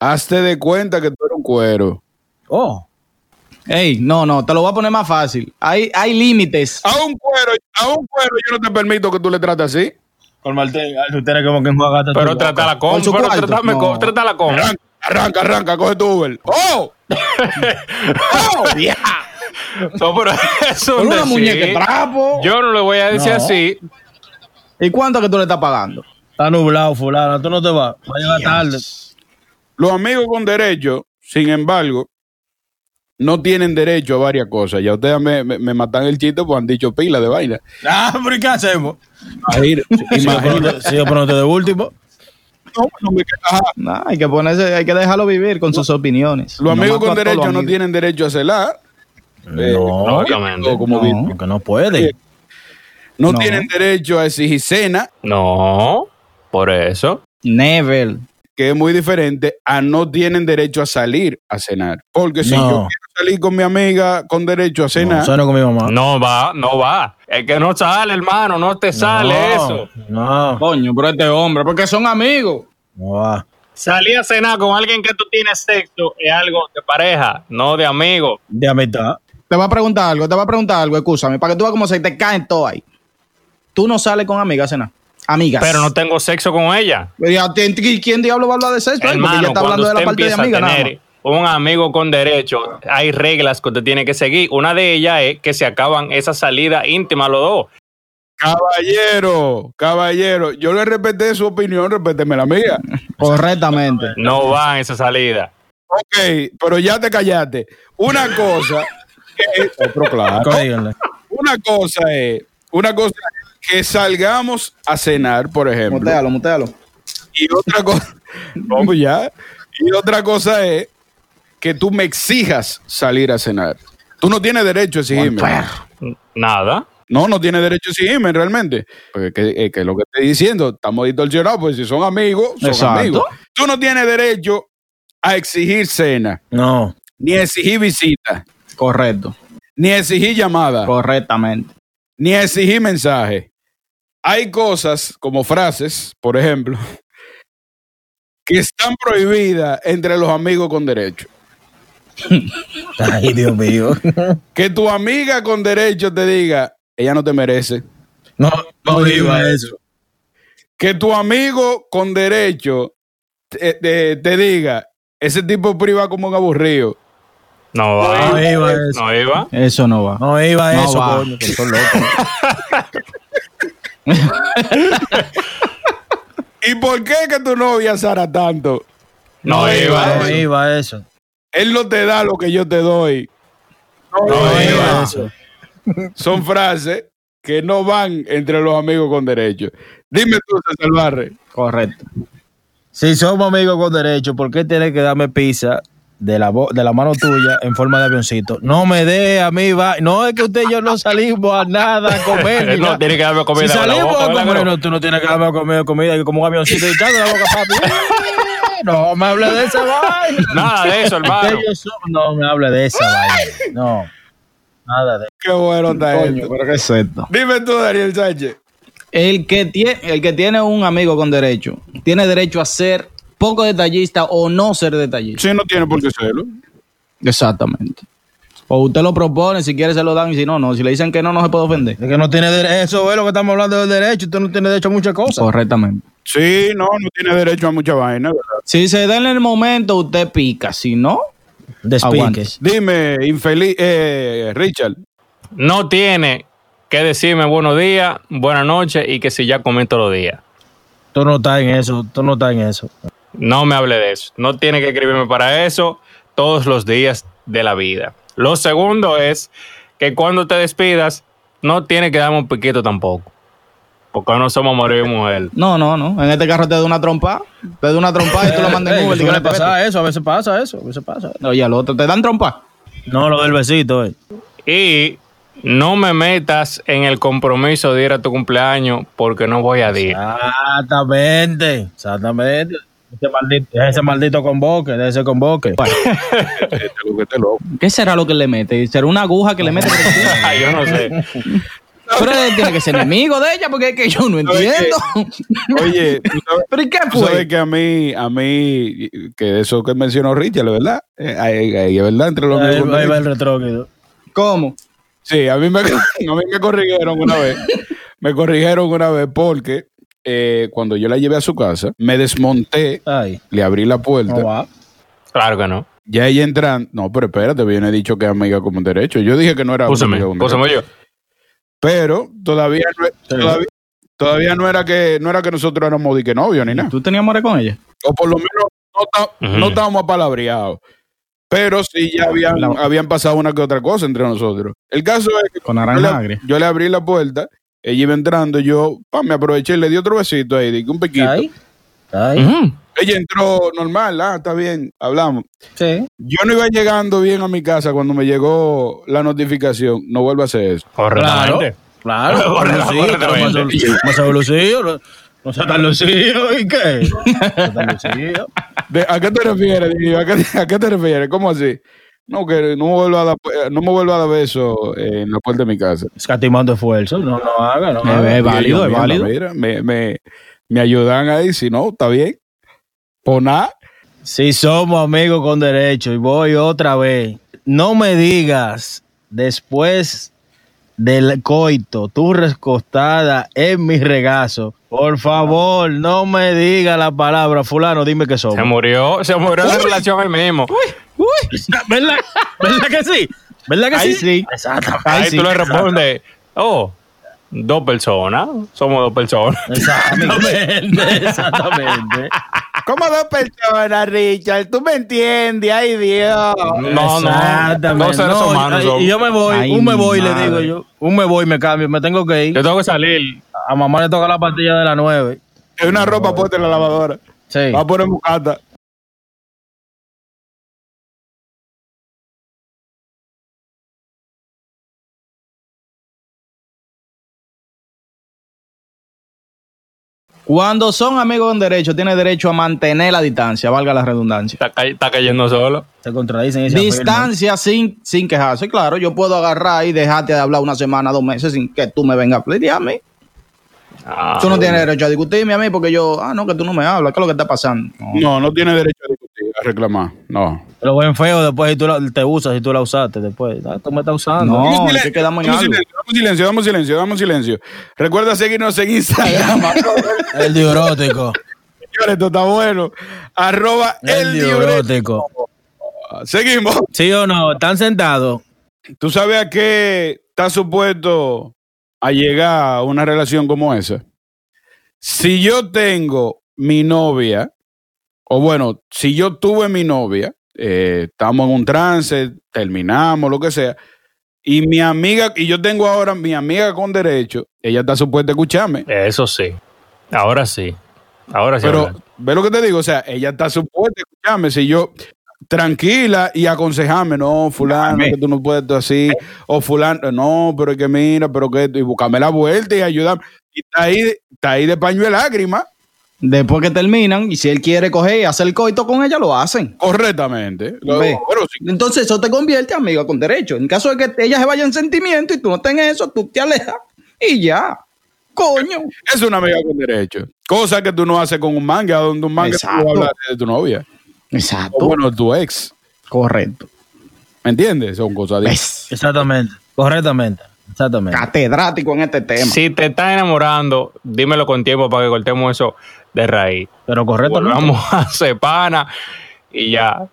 S3: hazte de cuenta que tú eres un cuero.
S5: Oh.
S7: Ey, no, no, te lo voy a poner más fácil. Hay, hay límites.
S3: A un cuero, a un cuero yo no te permito que tú le trates así.
S5: Con Martín, ah, tú tienes como que enjuagarte.
S6: Pero trátala con,
S7: Con su
S6: pero
S7: cuarto,
S6: trátame
S7: no.
S6: con, trátala con.
S3: Arranca, arranca, arranca, coge tu Uber. ¡Oh!
S6: No, pero es un
S7: Con una
S6: decir.
S7: muñeca de trapo.
S6: Yo no le voy a decir
S5: No.
S6: así.
S7: ¿Y cuánto que tú le estás pagando?
S5: Está nublado, fulana, tú no te vas. Va a llegar tarde.
S3: Los amigos con derecho, sin embargo, no tienen derecho a varias cosas. Ya ustedes me, me- me matan el chiste pues han dicho pila de vaina.
S5: Ah, pero ¿y qué hacemos? Si yo
S3: Imagínate.
S5: pronto- si yo pronto de último.
S3: No, no me quejas.
S7: Nah, hay que ponerse, hay que dejarlo vivir con sus opiniones.
S3: Los amigos con derecho
S7: derechos
S3: no tienen derecho a celar. Eh,
S5: No,
S6: obviamente.
S3: como
S7: no.
S3: dice.
S5: porque no puede.
S3: no
S7: No.
S3: tienen derecho a exigir cena,
S6: No, por eso.
S7: Never.
S3: que es muy diferente a no tienen derecho a salir a cenar. Porque si
S5: No.
S3: yo quiero salir con mi amiga con derecho a
S5: No,
S3: cenar,
S5: suena con mi mamá.
S6: No va, no va. Es que no sale, hermano, no te sale eso.
S5: No,
S7: Coño, pero este hombre, porque son amigos.
S5: no va.
S6: Salir a cenar con alguien que tú tienes sexo es algo de pareja, no de amigo.
S5: De amistad.
S7: Te va a preguntar algo, te va a preguntar algo, escúchame, para que tú veas cómo se te caen todo ahí. Tú no sales con amigas, cena. Amigas.
S6: Pero no tengo sexo con ella.
S7: Y a ti- ¿Y quién diablo va a hablar de sexo? Porque
S6: Hermano,
S7: ya está
S6: cuando
S7: hablando de
S6: usted
S7: la parte de
S6: empieza
S7: amiga,
S6: a
S7: nada más.
S6: tener un amigo con derecho, hay reglas que usted tiene que seguir. Una de ellas es que se acaban esa salida íntima los dos.
S3: caballero, caballero, yo le respeté su opinión, respéteme la mía.
S7: Correctamente.
S6: No van esa salida.
S3: Ok, pero ya te callaste. Una cosa, es- pero claro,
S5: Cóiganle.
S3: una cosa es, una cosa es que salgamos a cenar, por ejemplo.
S7: Mutealo, mutealo.
S3: Y otra cosa, vamos ya. Y otra cosa es que tú me exijas salir a cenar. Tú no tienes derecho a exigirme.
S6: Nada.
S3: No, no tienes derecho a exigirme realmente. Porque es que, es que lo que estoy diciendo, estamos distorsionados, pues si son amigos, son
S7: Exacto.
S3: amigos. Tú no tienes derecho a exigir cena,
S5: No.
S3: ni a exigir visita,
S7: Correcto.
S3: ni a exigir llamada,
S7: Correctamente.
S3: ni a exigir mensaje. Hay cosas como frases, por ejemplo, que están prohibidas entre los amigos con derecho.
S5: Ay, Dios mío.
S3: Que tu amiga con derecho te diga, ella no te merece.
S5: No, no diga eso.
S3: que tu amigo con derecho te, eh, te- te diga, ese tipo priva como un aburrido.
S6: No va.
S5: No iba eso.
S6: No iba.
S7: Eso no va.
S5: No iba
S7: No
S5: eso,
S7: va.
S5: coño. que son locos.
S3: ¿Y por qué que tu novia Sara tanto?
S6: No iba.
S5: No iba eso.
S3: Él no te da lo que yo te doy.
S6: No, Iván.
S3: Son frases que no van entre los amigos con derecho. Dime tú, César Barre.
S7: Correcto.
S5: Si somos amigos con derecho, ¿por qué tienes que darme pizza de la, bo- de la mano tuya en forma de avioncito? No me dé a mí, va. No es que usted y yo no salimos a nada a comer. ni
S6: No,
S5: nada.
S6: tiene que darme comida
S5: Si
S6: con la
S5: salimos
S6: boca,
S5: a
S6: ¿verdad,
S5: comer,
S6: Gro?
S5: no, tú no tienes que darme a comer comida que como un avioncito y echando la boca, papi. No me hable de esa vaina.
S6: Nada de eso, hermano.
S5: Usted y yo somos- No me hable de esa vaina. No. Nada de
S3: Qué bueno está
S7: Coño,
S3: esto.
S7: pero qué es esto.
S3: Dime tú, Daniel Sánchez.
S7: El que, tiene, el que tiene un amigo con derecho, tiene derecho a ser poco detallista o no ser detallista.
S3: Sí, no tiene por qué serlo.
S7: Exactamente. O usted lo propone, si quiere se lo dan, y si no, no. Si le dicen que no, no se puede ofender.
S5: Es que no tiene dere- Eso es lo que estamos hablando del derecho. Usted no tiene derecho a muchas cosas.
S7: Correctamente.
S3: Sí, no, no tiene derecho a mucha vaina. ¿verdad?
S7: Si se da en el momento, usted pica. Si no,
S5: Despiques.
S3: Dime, infeliz, eh, Richard.
S6: No tiene que decirme buenos días, buenas noches y que si ya comí todos los días.
S5: Tú no estás en eso. Tú no estás en eso.
S6: No me hable de eso. No tiene que escribirme para eso todos los días de la vida. Lo segundo es que cuando te despidas, no tiene que darme un piquito tampoco. Porque no somos marido y mujer.
S7: no, no, no. En este carro te da una trompa, te da una trompa y tú lo mandas
S5: Ey,
S7: en Uber.
S5: que
S7: y que
S5: suele
S7: no te
S5: pasar eso, a veces pasa eso, a veces pasa.
S7: vete. Oye, al otro, te dan trompa.
S5: No, lo del besito, eh.
S6: Y no me metas en el compromiso de ir a tu cumpleaños porque no voy a ir.
S5: Exactamente, exactamente. Ese maldito, ese maldito convoque, de ese convoque.
S3: Este
S7: ¿Qué será lo que le mete? ¿Será una aguja que le mete?
S6: Ay, yo no sé.
S7: Pero él tiene que ser enemigo de ella porque es que yo no entiendo.
S3: Oye, tú sabes-
S7: ¿Pero y qué
S3: Tú sabes
S7: fue?
S3: que a mí, a mí, que eso que mencionó Richard, es verdad. Eh, ahí- ahí es verdad entre los
S5: Ahí,
S3: amigos.
S5: ahí va el retrógrado.
S7: ¿Cómo?
S3: Sí, a mí, me, a mí me corrigieron una vez. Me corrigieron una vez porque eh, cuando yo la llevé a su casa, me desmonté,
S5: Ay,
S3: le abrí la
S7: Oh,
S5: no
S3: puerta.
S5: va.
S6: Claro que no.
S3: ya ella entrando. No, pero espérate, viene dicho que es amiga con derecho. Yo dije que no era
S6: Púsame,
S3: amiga con
S6: púsame yo.
S3: Pero todavía no, todavía, todavía no era que no era que nosotros éramos de que novio ni nada.
S7: ¿Tú tenías amores con ella?
S3: O por lo menos no, ta-
S6: Ujú.
S3: no estábamos apalabreados. Pero sí ya habían, habían pasado una que otra cosa entre nosotros. El caso es que
S7: Con
S3: yo
S7: naranja
S3: le,
S7: agria.
S3: yo le abrí la puerta, ella iba entrando, yo pa, me aproveché y le di otro besito ahí, di que un pequito.
S5: Ahí. Ahí.
S6: Ujú.
S3: Ella entró normal, ah, está bien, hablamos.
S5: Sí.
S3: Yo no iba llegando bien a mi casa cuando me llegó la notificación, no vuelva a hacer eso.
S5: Claro.
S6: Correctamente.
S5: Claro.
S6: Correctamente.
S5: lucido, pero más lucido, más lucido, no- No se tan lucido, ¿y qué? No se tan lucido.
S3: De- ¿A qué te refieres? dije yo, ¿a, qué, a qué te refieres? ¿Cómo así? No, que no, vuelva a dar- no me vuelva a dar beso eh, en la puerta de mi casa.
S5: Escatimando esfuerzo, no lo haga, no lo
S7: Eh,
S5: haga.
S7: Es
S3: Dios
S7: válido, es
S3: mío,
S7: válido.
S3: mira, me, me, me ayudan ahí, si no, está bien. Por nada.
S5: Si somos amigos con derecho, y voy otra vez. No me digas después del coito, tu recostada en mi regazo. Por favor, no me digas la palabra, fulano, dime que
S6: Se
S5: somos.
S6: murió, se murió la relación ahí mismo.
S5: ¿Verdad? ¿Verdad que sí? ¿Verdad que
S6: Ahí sí.
S5: Exactamente.
S6: Ahí
S5: sí.
S6: tú le respondes, oh, dos personas, somos dos personas.
S5: Exactamente, exactamente.
S2: ¿Cómo dos personas, Richard? ¿Tú me entiendes? Ay, Dios.
S6: No, no,
S5: Exactamente.
S6: no seres
S5: No,
S6: humanos
S5: y-
S6: somos.
S5: y yo me voy,
S7: Ay,
S5: un me
S7: mi
S5: voy, le
S7: madre.
S5: digo yo. Un me voy, me cambio, me tengo que ir.
S6: Yo tengo que salir.
S5: A mamá le toca la pastilla de la 9.
S3: Es una ropa puesta en la lavadora.
S5: Sí.
S3: Va a poner bucata.
S7: Cuando son amigos con derecho, tiene derecho a mantener la distancia, valga la redundancia.
S6: Está, cay- está cayendo solo.
S5: Se contradicen y se afirman.
S7: Distancia sin, sin quejarse. Claro, yo puedo agarrar y dejarte de hablar una semana, dos meses sin que tú me vengas a pedir a mí.
S6: Ah,
S7: Tú no tienes derecho a discutirme a mí porque yo, ah, no, que tú no me hablas, ¿qué es lo que está pasando? No.
S3: No, no tiene derecho a discutir, a reclamar. No.
S5: Lo ven feo después si tú la- te usas, si tú la usaste después. Ah, tú me estás usando.
S7: No.
S5: Yo
S7: es que quedamos en
S3: damos
S7: algo.
S3: silencio, damos silencio, damos silencio, damos silencio. Recuerda seguirnos en Instagram. arroba-
S5: El diurótico.
S3: Señores, esto está bueno. Arroba el,
S5: El
S3: Diurético.
S5: diurótico.
S3: Seguimos.
S5: ¿Sí o no? ¿Están sentados?
S3: ¿Tú sabes a qué está supuesto a llegar a una relación como esa? Si yo tengo mi novia, o bueno, si yo tuve mi novia, eh, estamos en un trance, terminamos, lo que sea. Y mi amiga, y yo tengo ahora mi amiga con derecho, ella está supuesta a escucharme.
S6: Eso sí. Ahora sí. Ahora sí.
S3: Pero,
S6: hablan.
S3: ¿ves lo que te digo? O sea, ella está supuesta a escucharme. Si yo, tranquila y aconsejarme, no, fulano,
S7: Amén.
S3: que tú no puedes tú así, o fulano, no, pero es que mira, pero que, esto, y buscarme la vuelta y ayudarme. Y está ahí, está ahí de paño de lágrimas,
S7: Después que terminan, y si él quiere coger y hacer coito con ella, lo hacen.
S3: correctamente. Lo-
S7: Ve.
S3: pero sí,
S7: Entonces eso te convierte, amiga, con derecho. En caso de que ella se vaya en sentimiento y tú no tengas eso, tú te alejas y ya. Coño.
S3: es una amiga con derecho. Cosa que tú no haces con un manga, donde un manga tú
S7: Exacto.
S3: hablas de tu novia.
S7: Exacto.
S3: O bueno, tu ex.
S7: Correcto.
S3: ¿Me entiendes? Son cosas de...
S7: ¿Ves?
S5: Exactamente, correctamente, exactamente.
S7: Catedrático en este tema.
S6: Si te estás enamorando, dímelo con tiempo para que cortemos eso de raíz.
S5: Pero correcto, ¿no?
S6: Volvamos a ser pana y ya.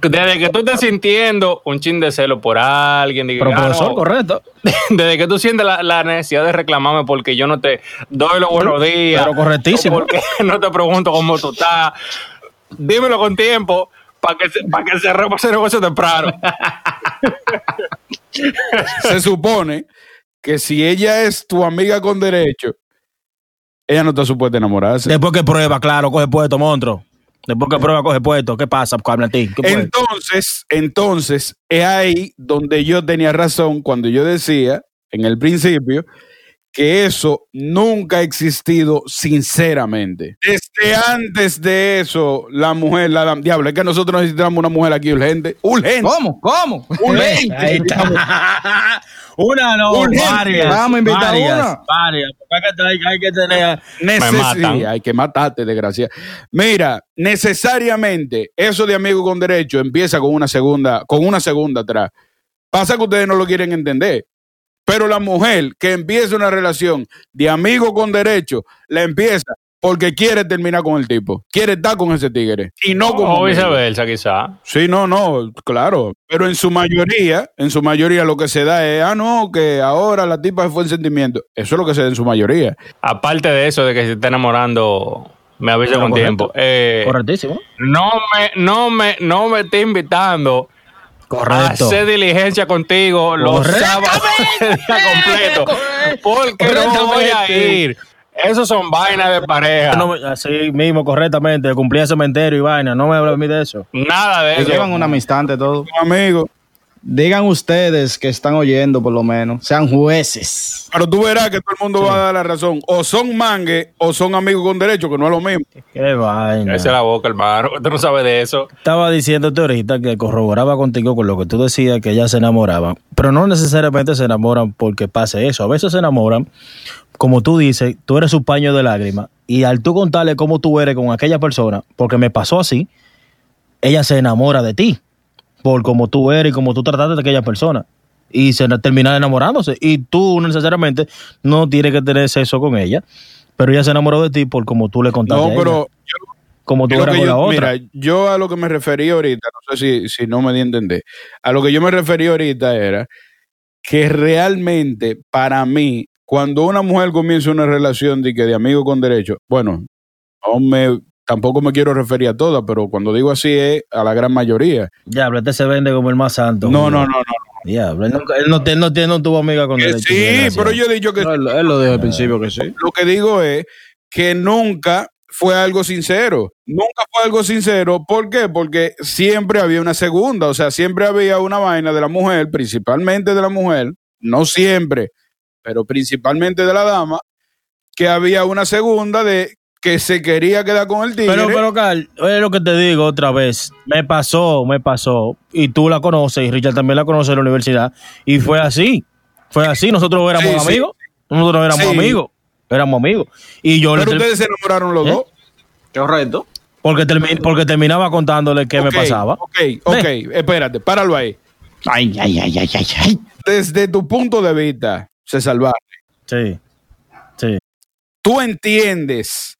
S6: Desde que tú estás sintiendo un chin de celo por alguien, diga,
S5: Pero
S6: "Ah, no".
S5: profesor, correcto.
S6: desde que tú sientes la, la necesidad de reclamarme porque yo no te doy los buenos días,
S5: Pero correctísimo.
S6: o porque no te pregunto cómo tú estás, dímelo con tiempo para que, se- pa' que cerremos ese negocio temprano.
S3: se supone que si ella es tu amiga con derecho, ella no está supuesta a enamorarse.
S5: Después que prueba, claro, coge puesto, monstruo. Después que prueba, coge puesto. ¿Qué pasa, Cablantín? ¿Qué puede?
S3: Entonces, entonces, es ahí donde yo tenía razón cuando yo decía en el principio que eso nunca ha existido sinceramente. Desde antes de eso, la mujer, la dam- diablo, es que nosotros necesitamos una mujer aquí urgente. Urgente.
S7: ¿Cómo? ¿Cómo?
S5: Ahí está. una no,
S3: Urgente.
S5: varias.
S7: Vamos a invitar
S5: varias,
S7: una.
S5: Varias. Porque hay que- hay que- hay que tener...
S3: Necesi-
S6: Me matan.
S3: Hay que matarte, desgracia. Mira, necesariamente eso de amigo con derecho empieza con una segunda, con una segunda atrás. Pasa que ustedes no lo quieren entender. Pero la mujer que empieza una relación de amigo con derecho, la empieza porque quiere terminar con el tipo. Quiere estar con ese tigre. Y no con
S6: o viceversa, quizá.
S3: Sí, no, no, claro. Pero en su mayoría, en su mayoría lo que se da es, ah, no, que ahora la tipa fue en sentimiento. Eso es lo que se da en su mayoría.
S6: Aparte de eso, de que se está enamorando, me avisa con
S5: correcto.
S6: tiempo. Eh,
S5: Correctísimo.
S6: no me, no me, no me esté invitando a
S5: Correcto.
S6: hacer diligencia contigo los
S5: Correctamente.
S6: sábados de día completo. Porque no voy a ir. Esos son vainas de pareja.
S5: No me- así mismo, correctamente. Cumplí ese cementerio y vaina. No me hables a mí de eso.
S6: Nada de eso.
S7: Llevan una amistad ante todo.
S3: Amigo.
S7: Digan ustedes que están oyendo, por lo menos. Sean jueces.
S3: Pero tú verás que todo el mundo va a dar la razón. O son mangue o son amigos con derecho, que no es lo mismo.
S5: Qué vaina.
S6: Esa es la boca, hermano. Usted no sabe de eso.
S5: Estaba diciéndote ahorita que corroboraba contigo con lo que tú decías, que ellas se enamoraban. Pero no necesariamente se enamoran porque pase eso. A veces se enamoran, como tú dices, tú eres su paño de lágrimas. Y al tú contarle cómo tú eres con aquella persona, porque me pasó así, ella se enamora de ti. Por cómo tú eres y cómo tú trataste de aquella persona. Y se termina enamorándose. Y tú no necesariamente no tienes que tener sexo con ella. Pero ella se enamoró de ti por cómo tú le contaste.
S3: No,
S5: a ella,
S3: pero
S5: como tú
S3: yo, lo
S5: eras
S3: que
S5: con la
S3: yo-
S5: otra.
S3: mira, yo a lo que me referí ahorita, no sé si, si no me di a entender, a lo que yo me referí ahorita era que realmente para mí, cuando una mujer comienza una relación de, que de amigo con derecho, bueno, no me- tampoco me quiero referir a todas, pero cuando digo así es a la gran mayoría.
S5: Diablo, este se vende como el más santo.
S3: No, no, no, no.
S5: Diablo, él, nunca- él no, te- no, te- no tuvo amiga con
S3: Que
S5: derecho,
S3: sí,
S5: desgraciado.
S3: pero yo he dicho que
S7: él, él lo dijo al principio que sí.
S3: Lo que digo es que nunca fue algo sincero. Nunca fue algo sincero. ¿Por qué? Porque siempre había una segunda. O sea, siempre había una vaina de la mujer, principalmente de la mujer, no siempre, pero principalmente de la dama, que había una segunda de que se quería quedar con el tigre.
S5: Pero, pero, Carl, es lo que te digo otra vez. Me pasó, me pasó. Y tú la conoces, y Richard también la conoce en la universidad. Y fue así. Fue así. Nosotros éramos
S3: Sí, sí.
S5: amigos. Nosotros éramos
S3: Sí.
S5: amigos. Éramos amigos. Y yo le
S3: Pero
S5: ter-
S3: ustedes se enamoraron los
S5: ¿Eh?
S3: dos.
S7: Correcto.
S5: porque, termi- porque terminaba contándole qué
S3: Ok,
S5: me pasaba.
S3: Ok, ok, espérate, páralo ahí.
S7: Ay, ay, ay, ay, ay, ay.
S3: Desde tu punto de vista, se salvaron.
S5: Sí. Sí.
S3: tú entiendes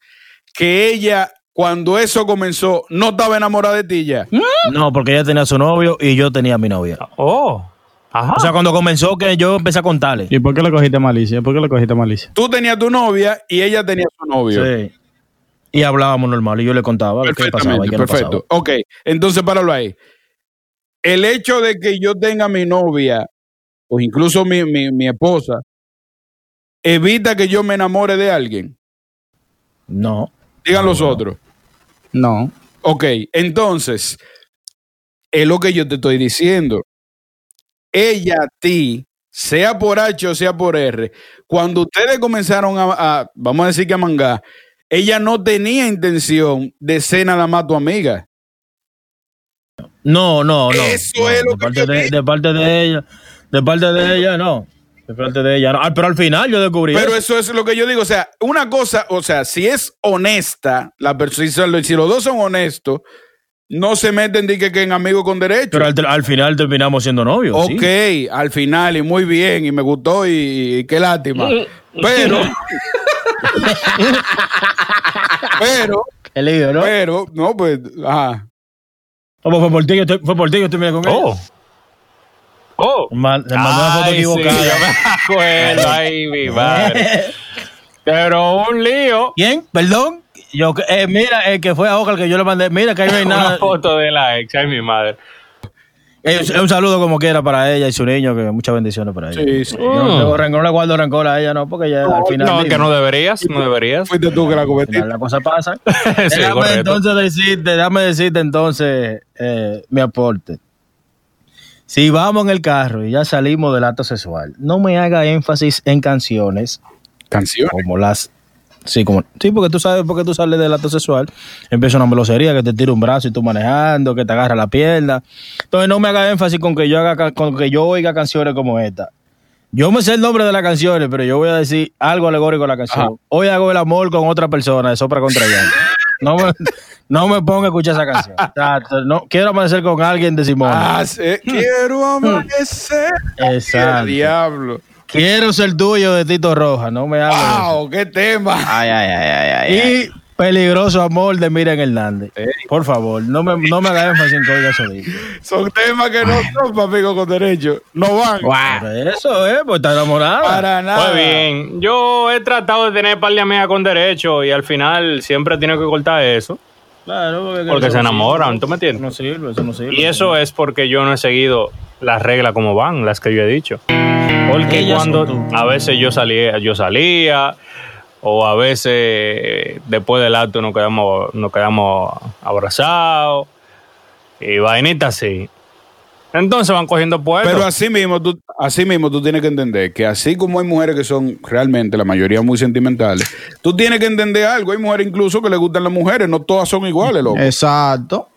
S3: que ella, cuando eso comenzó, no estaba enamorada de ti ya.
S5: ¿Mm? No, porque ella tenía a su novio y yo tenía a mi novia.
S6: Oh. Ajá.
S5: O sea, cuando comenzó que yo empecé a contarle.
S7: ¿Y por qué le cogiste malicia? ¿Por qué le cogiste malicia?
S3: Tú tenías tu novia y ella tenía su novio.
S5: Sí. Y hablábamos normal y yo le contaba lo que pasaba
S3: Perfectamente,
S5: y qué no pasaba.
S3: perfecto. Ok, entonces páralo ahí. el hecho de que yo tenga mi novia o incluso mi, mi- mi esposa evita que yo me enamore de alguien.
S5: No.
S3: Digan
S5: Ah,
S3: los otros.
S7: No.
S3: Ok, entonces, es lo que yo te estoy diciendo. Ella a ti, sea por H o sea por R, cuando ustedes comenzaron a, a- vamos a decir que a mangar, ella no tenía intención de ser nada más tu amiga.
S5: No, no, no.
S3: Eso
S5: No,
S3: es lo
S5: de
S3: que
S5: parte
S3: yo
S5: de,
S3: digo.
S5: de parte de ella. De parte de ella, no. De parte de ella, no. Ah, pero al final yo descubrí.
S3: Pero
S5: eso.
S3: eso es lo que yo digo. O sea, una cosa, o sea, si es honesta, la persona, si los dos son honestos, no se meten de que, que en amigos con derecho.
S5: Pero al, al final terminamos siendo novios. sí.
S3: Ok, al final y muy bien y me gustó y, y qué lástima. Pero, pero,
S5: Qué lío, ¿no?
S3: pero, no, pues, ajá.
S5: Oh, pues fue por ti que yo estoy- fue por ti que yo terminé con ella.
S6: Oh. Oh.
S5: Ma- le mandó una foto
S6: Ay, sí,
S5: equivocada.
S6: yo me acuerdo, ay, mi madre. Pero un lío.
S5: ¿Quién? ¿Perdón? Yo, eh, mira, el que fue a Oca, el que yo le mandé. Mira, que ahí no hay
S6: Una
S5: nada.
S6: foto de la ex, ay, mi madre.
S5: Eh, un- un saludo como quiera para ella y su niño, que muchas bendiciones para ella.
S3: Sí, sí.
S5: Yo
S6: Oh.
S5: no, tengo rencor, no le guardo rencor a ella, no, porque ella al final.
S6: No,
S5: dime,
S6: que no deberías, no deberías.
S3: Fuiste tú que la
S5: al final
S3: cometiste.
S5: la cosa pasa.
S6: Sí,
S5: déjame
S6: correcto.
S5: entonces decirte, déjame decirte entonces eh, mi aporte. Si vamos en el carro y ya salimos del acto sexual, no me haga énfasis en canciones
S3: Canción.
S5: como las sí como sí porque tú sabes porque tú sales del acto sexual empieza una melosería que te tira un brazo y tú manejando que te agarra la pierna entonces no me haga énfasis con que yo haga ca- con que yo oiga canciones como esta yo me sé el nombre de las canciones pero yo voy a decir algo alegórico a la canción hoy hago el amor con otra persona de sopra contra ella no me no me ponga a escuchar esa canción O sea, no quiero amanecer con alguien de Simón
S3: Ah, sí. Quiero amanecer.
S5: exacto
S3: Diablo.
S5: quiero ser tuyo de Tito Roja no me hagas
S3: ¡Wow! ¡Qué tema!
S7: Ay, ay, ay, ay, ay.
S5: y peligroso amor de Miriam Hernández. Por favor, no me, no me hagas énfasis en que oiga eso de ella.
S3: Son temas que no son para amigos con derecho. No van.
S5: Pero Eso es, pues está enamorada.
S3: Para nada.
S6: Muy bien. Yo he tratado de tener par de amigas con derecho y al final siempre tiene que cortar eso.
S5: Claro, porque,
S6: Porque
S5: eso
S6: se
S5: no
S6: enamoran,
S5: sirve,
S6: ¿tú me entiendes?
S5: No sirve, eso no sirve.
S6: Y eso es porque yo no he seguido las reglas como van, las que yo he dicho. Porque
S5: Ellas son
S6: cuando
S5: tú.
S6: a veces yo salía, yo salía, o a veces eh, después del acto nos quedamos, nos quedamos abrazados, y vainitas así. Entonces van cogiendo puertos.
S3: Pero así mismo, tú, así mismo tú tienes que entender que así como hay mujeres que son realmente la mayoría muy sentimentales, tú tienes que entender algo. Hay mujeres incluso que le gustan las mujeres, no todas son iguales,
S7: Eh.
S3: loco.
S7: Exacto.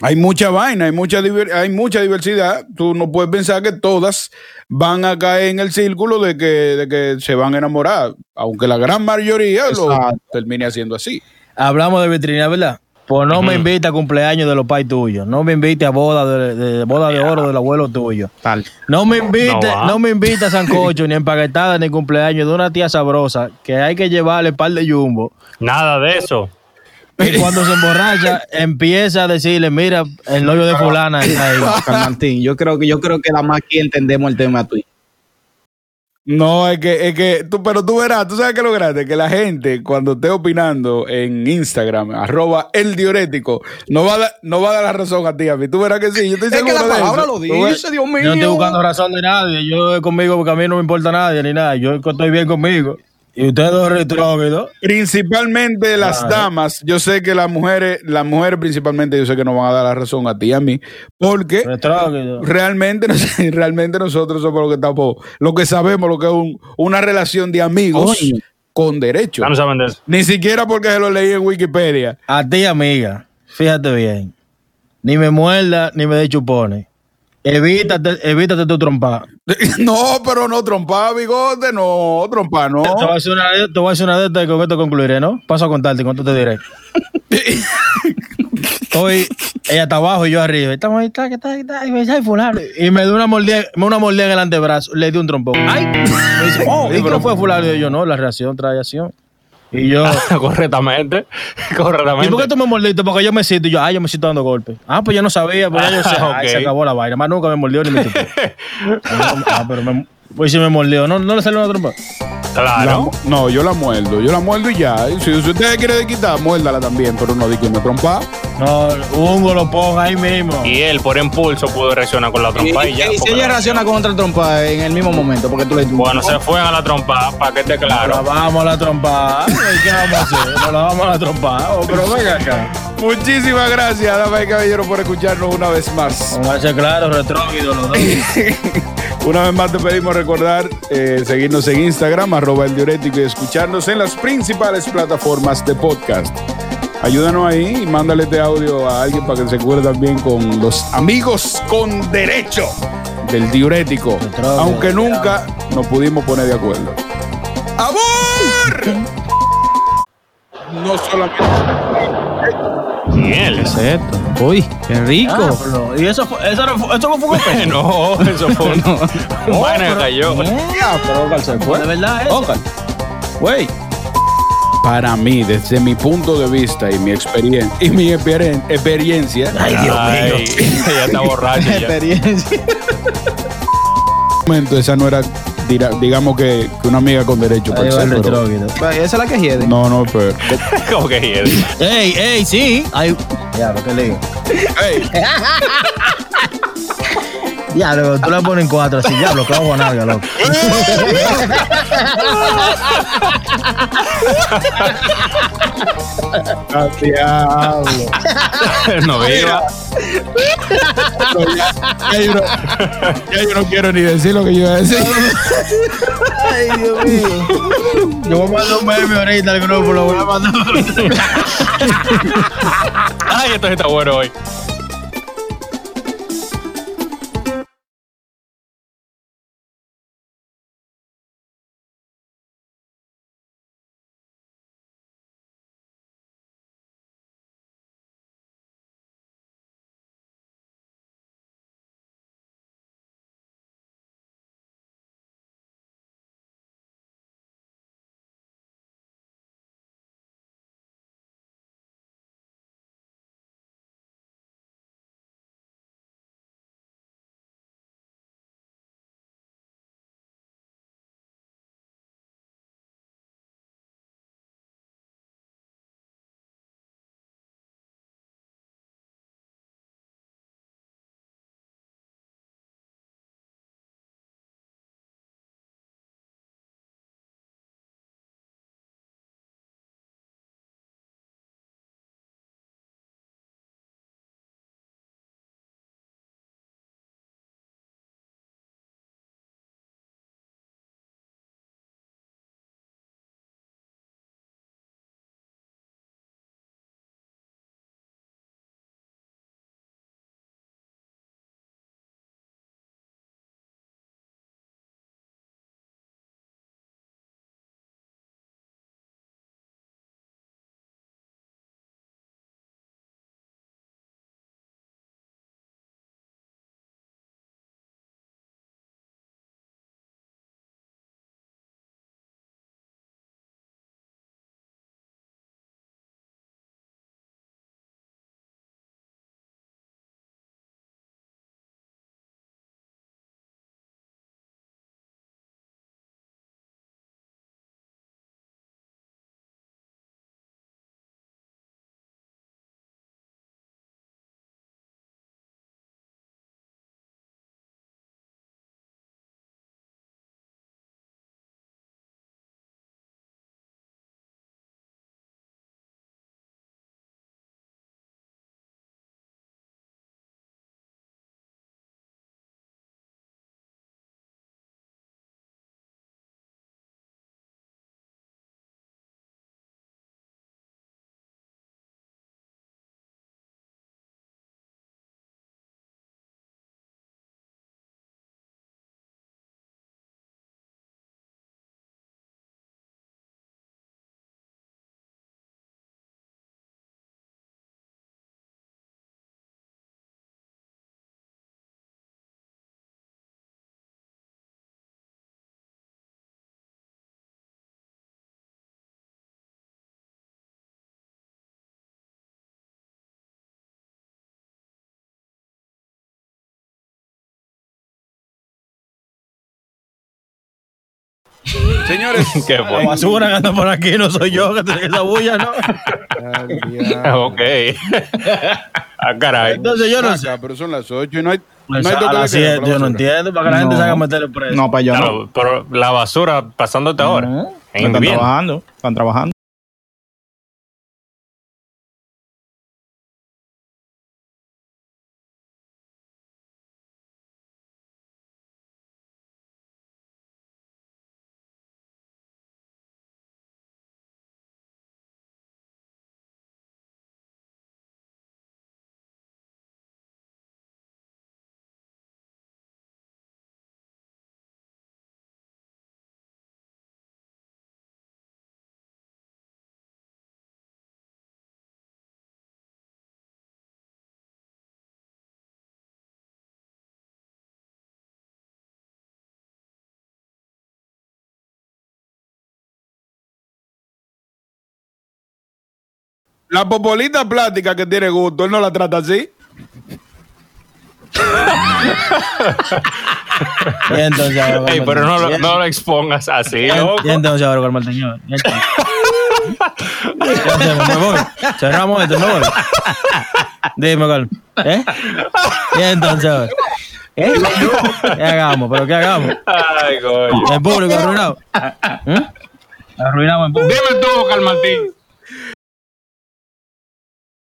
S3: Hay mucha vaina, hay mucha, diver- hay mucha diversidad. Tú no puedes pensar que todas van a caer en el círculo de que, de que se van a enamorar, aunque la gran mayoría lo
S7: Exacto.
S3: termine haciendo así.
S5: Hablamos de vitrina, ¿verdad? Pues no me invita a cumpleaños de los pais tuyos. No me invite a boda de, de- boda de oro del abuelo tuyo.
S7: Tal.
S5: No me invite,
S6: No va.
S5: no, me invite a sancocho, ni empaquetada, ni cumpleaños de una tía sabrosa que hay que llevarle par de jumbo.
S6: Nada de eso.
S5: Y cuando se emborracha, empieza a decirle, mira, el novio de fulana está ahí.
S7: Calmantín, yo creo que yo creo que la más que entendemos el tema tuyo.
S3: No, es que, es que tú, pero tú verás, tú sabes que lograste que la gente cuando esté opinando en Instagram, arroba el diurético, no va a, dar- no va a dar la razón a ti, a mí. Tú verás que sí, yo estoy
S7: Es que
S3: seguro
S7: la
S3: de
S7: palabra
S3: eso.
S7: lo
S3: Tú ves-
S7: dice, Dios mío.
S5: Yo no estoy buscando razón de nadie. Yo conmigo, porque a mí no me importa nadie ni nada. Yo estoy bien conmigo. Y ustedes dos retrógrados.
S3: Principalmente las damas, yo sé que las mujeres, las mujeres principalmente, yo sé que no van a dar la razón a ti y a mí, porque
S5: Retrógrados.
S3: realmente, nos- realmente nosotros somos lo que estamos, lo que sabemos, lo que es un- una relación de amigos
S7: Coño.
S3: con derecho.
S6: Ya no saben de eso.
S3: Ni siquiera porque se lo leí en Wikipedia.
S5: A ti, amiga, fíjate bien. Ni me muerda, ni me dé chupones. Evítate, evítate tu trompa.
S3: No, pero no trompa, bigote, no, trompa, no.
S5: Te voy a hacer una, de- te voy a hacer una de estas y con esto concluiré, ¿no? Paso a contarte, ¿cuánto te diré? Estoy, ella está abajo y yo arriba. Estamos ahí, está, está, está, y me dice, "Ay, fulano. Y me dio una mordida, me dio una mordida en el antebrazo, le di un trompón. ¡Ay! Me dice, oh, ¿y qué fue fulano? Y yo, no, la reacción trae acción. Y yo,
S6: correctamente.
S5: ¿y
S6: Correctamente.
S5: por qué tú me mordiste? Porque yo me siento, y yo, ay, yo me siento dando golpes. Ah, pues yo no sabía, pues ya yo sé,
S6: Ah,
S5: Ay,
S6: ok.
S5: se acabó la vaina. Más nunca me mordió ni me chupó. ah, pero me, pues si me mordió, no, no le salió una trompa.
S6: Claro.
S3: La- no, yo la muerdo, yo la muerdo y ya. Y Si, si usted quiere quitar, muérdala también, pero no digo que me trompa.
S5: No, Hugo lo pongo ahí mismo.
S6: Y él, por impulso, pudo reaccionar con la
S7: Y,
S6: trompa y, ya.
S7: y si
S6: porque
S7: ella
S6: la-
S7: reacciona con otra trompa en el mismo momento, porque tú le
S6: Bueno, se fue a la trompa, para que esté
S5: La
S6: claro.
S5: vamos a la trompa. ¿Qué vamos a hacer? No la vamos a la trompa. Oh, pero venga acá.
S3: Muchísimas gracias, damas y caballeros, por escucharnos una vez más.
S5: Vamos a ser claros, retróvido los dos. Ah,
S3: Una vez más te pedimos recordar eh, seguirnos en Instagram, arroba el diurético y escucharnos en las principales plataformas de podcast. Ayúdanos ahí y mándale este audio a alguien para que se cure también con los amigos con derecho del diurético.
S5: Retrógrado,
S3: aunque nunca nos pudimos poner de acuerdo. ¡Amor! No solamente.
S6: Miel.
S7: esto? Uy, qué rico.
S5: Diablo, Y eso fue, eso no fue, eso no fue un golpe.
S6: No, eso fue un- un vaina que cayó.
S5: De verdad, eso.
S7: Ojalá. Güey.
S3: Para mí, desde mi punto de vista y mi experiencia y mi experien- experiencia,
S6: Ay, ya está borracho ya.
S7: Experiencia.
S3: momento esa no era dira- digamos que, que una amiga con derecho per
S5: Ahí va
S3: se,
S5: el
S3: pero-
S5: retrógrado.
S7: Esa es la que hiede.
S3: no no pero
S6: Como que hiede.
S5: Ey, ey, sí. Ay, diablo, qué lío. Diablo, tú le pones en cuatro así. Diablo, clavo a nalga, loco.
S6: No mira.
S3: ya yo, no, ya yo no quiero ni decir lo que yo iba a decir
S5: Ay, Dios mío. Yo voy a mandar un meme ahorita al grupo, lo voy a mandar.
S6: Ay, esto sí está bueno hoy.
S3: Señores,
S6: Qué
S5: La
S6: bueno.
S5: basura anda por aquí, no soy yo que te esa bulla, ¿no?
S6: Ok. ah, caray.
S5: Entonces yo no sé.
S3: acá, pero son las 8 y no hay.
S5: Pues
S3: no hay
S5: a
S3: toque de
S5: las
S3: queda por la
S5: 7, yo no
S3: basura.
S5: entiendo. Para que la gente se haga meterle preso.
S7: No, para yo no.
S6: Claro, pero la basura pasándote ahora. En
S7: Están
S6: invierno.
S7: trabajando, están trabajando.
S3: La popolita plástica que tiene gusto, él no la trata así.
S5: Y entonces ahora.
S6: Ey,
S5: Juan
S6: pero no lo,
S5: Martín?
S6: no lo expongas así,
S5: Y-
S6: loco.
S5: Y entonces ahora con el señor. Y entonces- Ya hacemos, me voy. Cerramos esto, no voy. Dime, Carlos. ¿Eh? Y entonces ahora. ¿Eh? ¿Qué hagamos? ¿Pero qué hagamos?
S6: Ay, coño.
S5: El público arruinado. ¿Eh? Arruinamos en público.
S6: Dime tú, Carl Martín.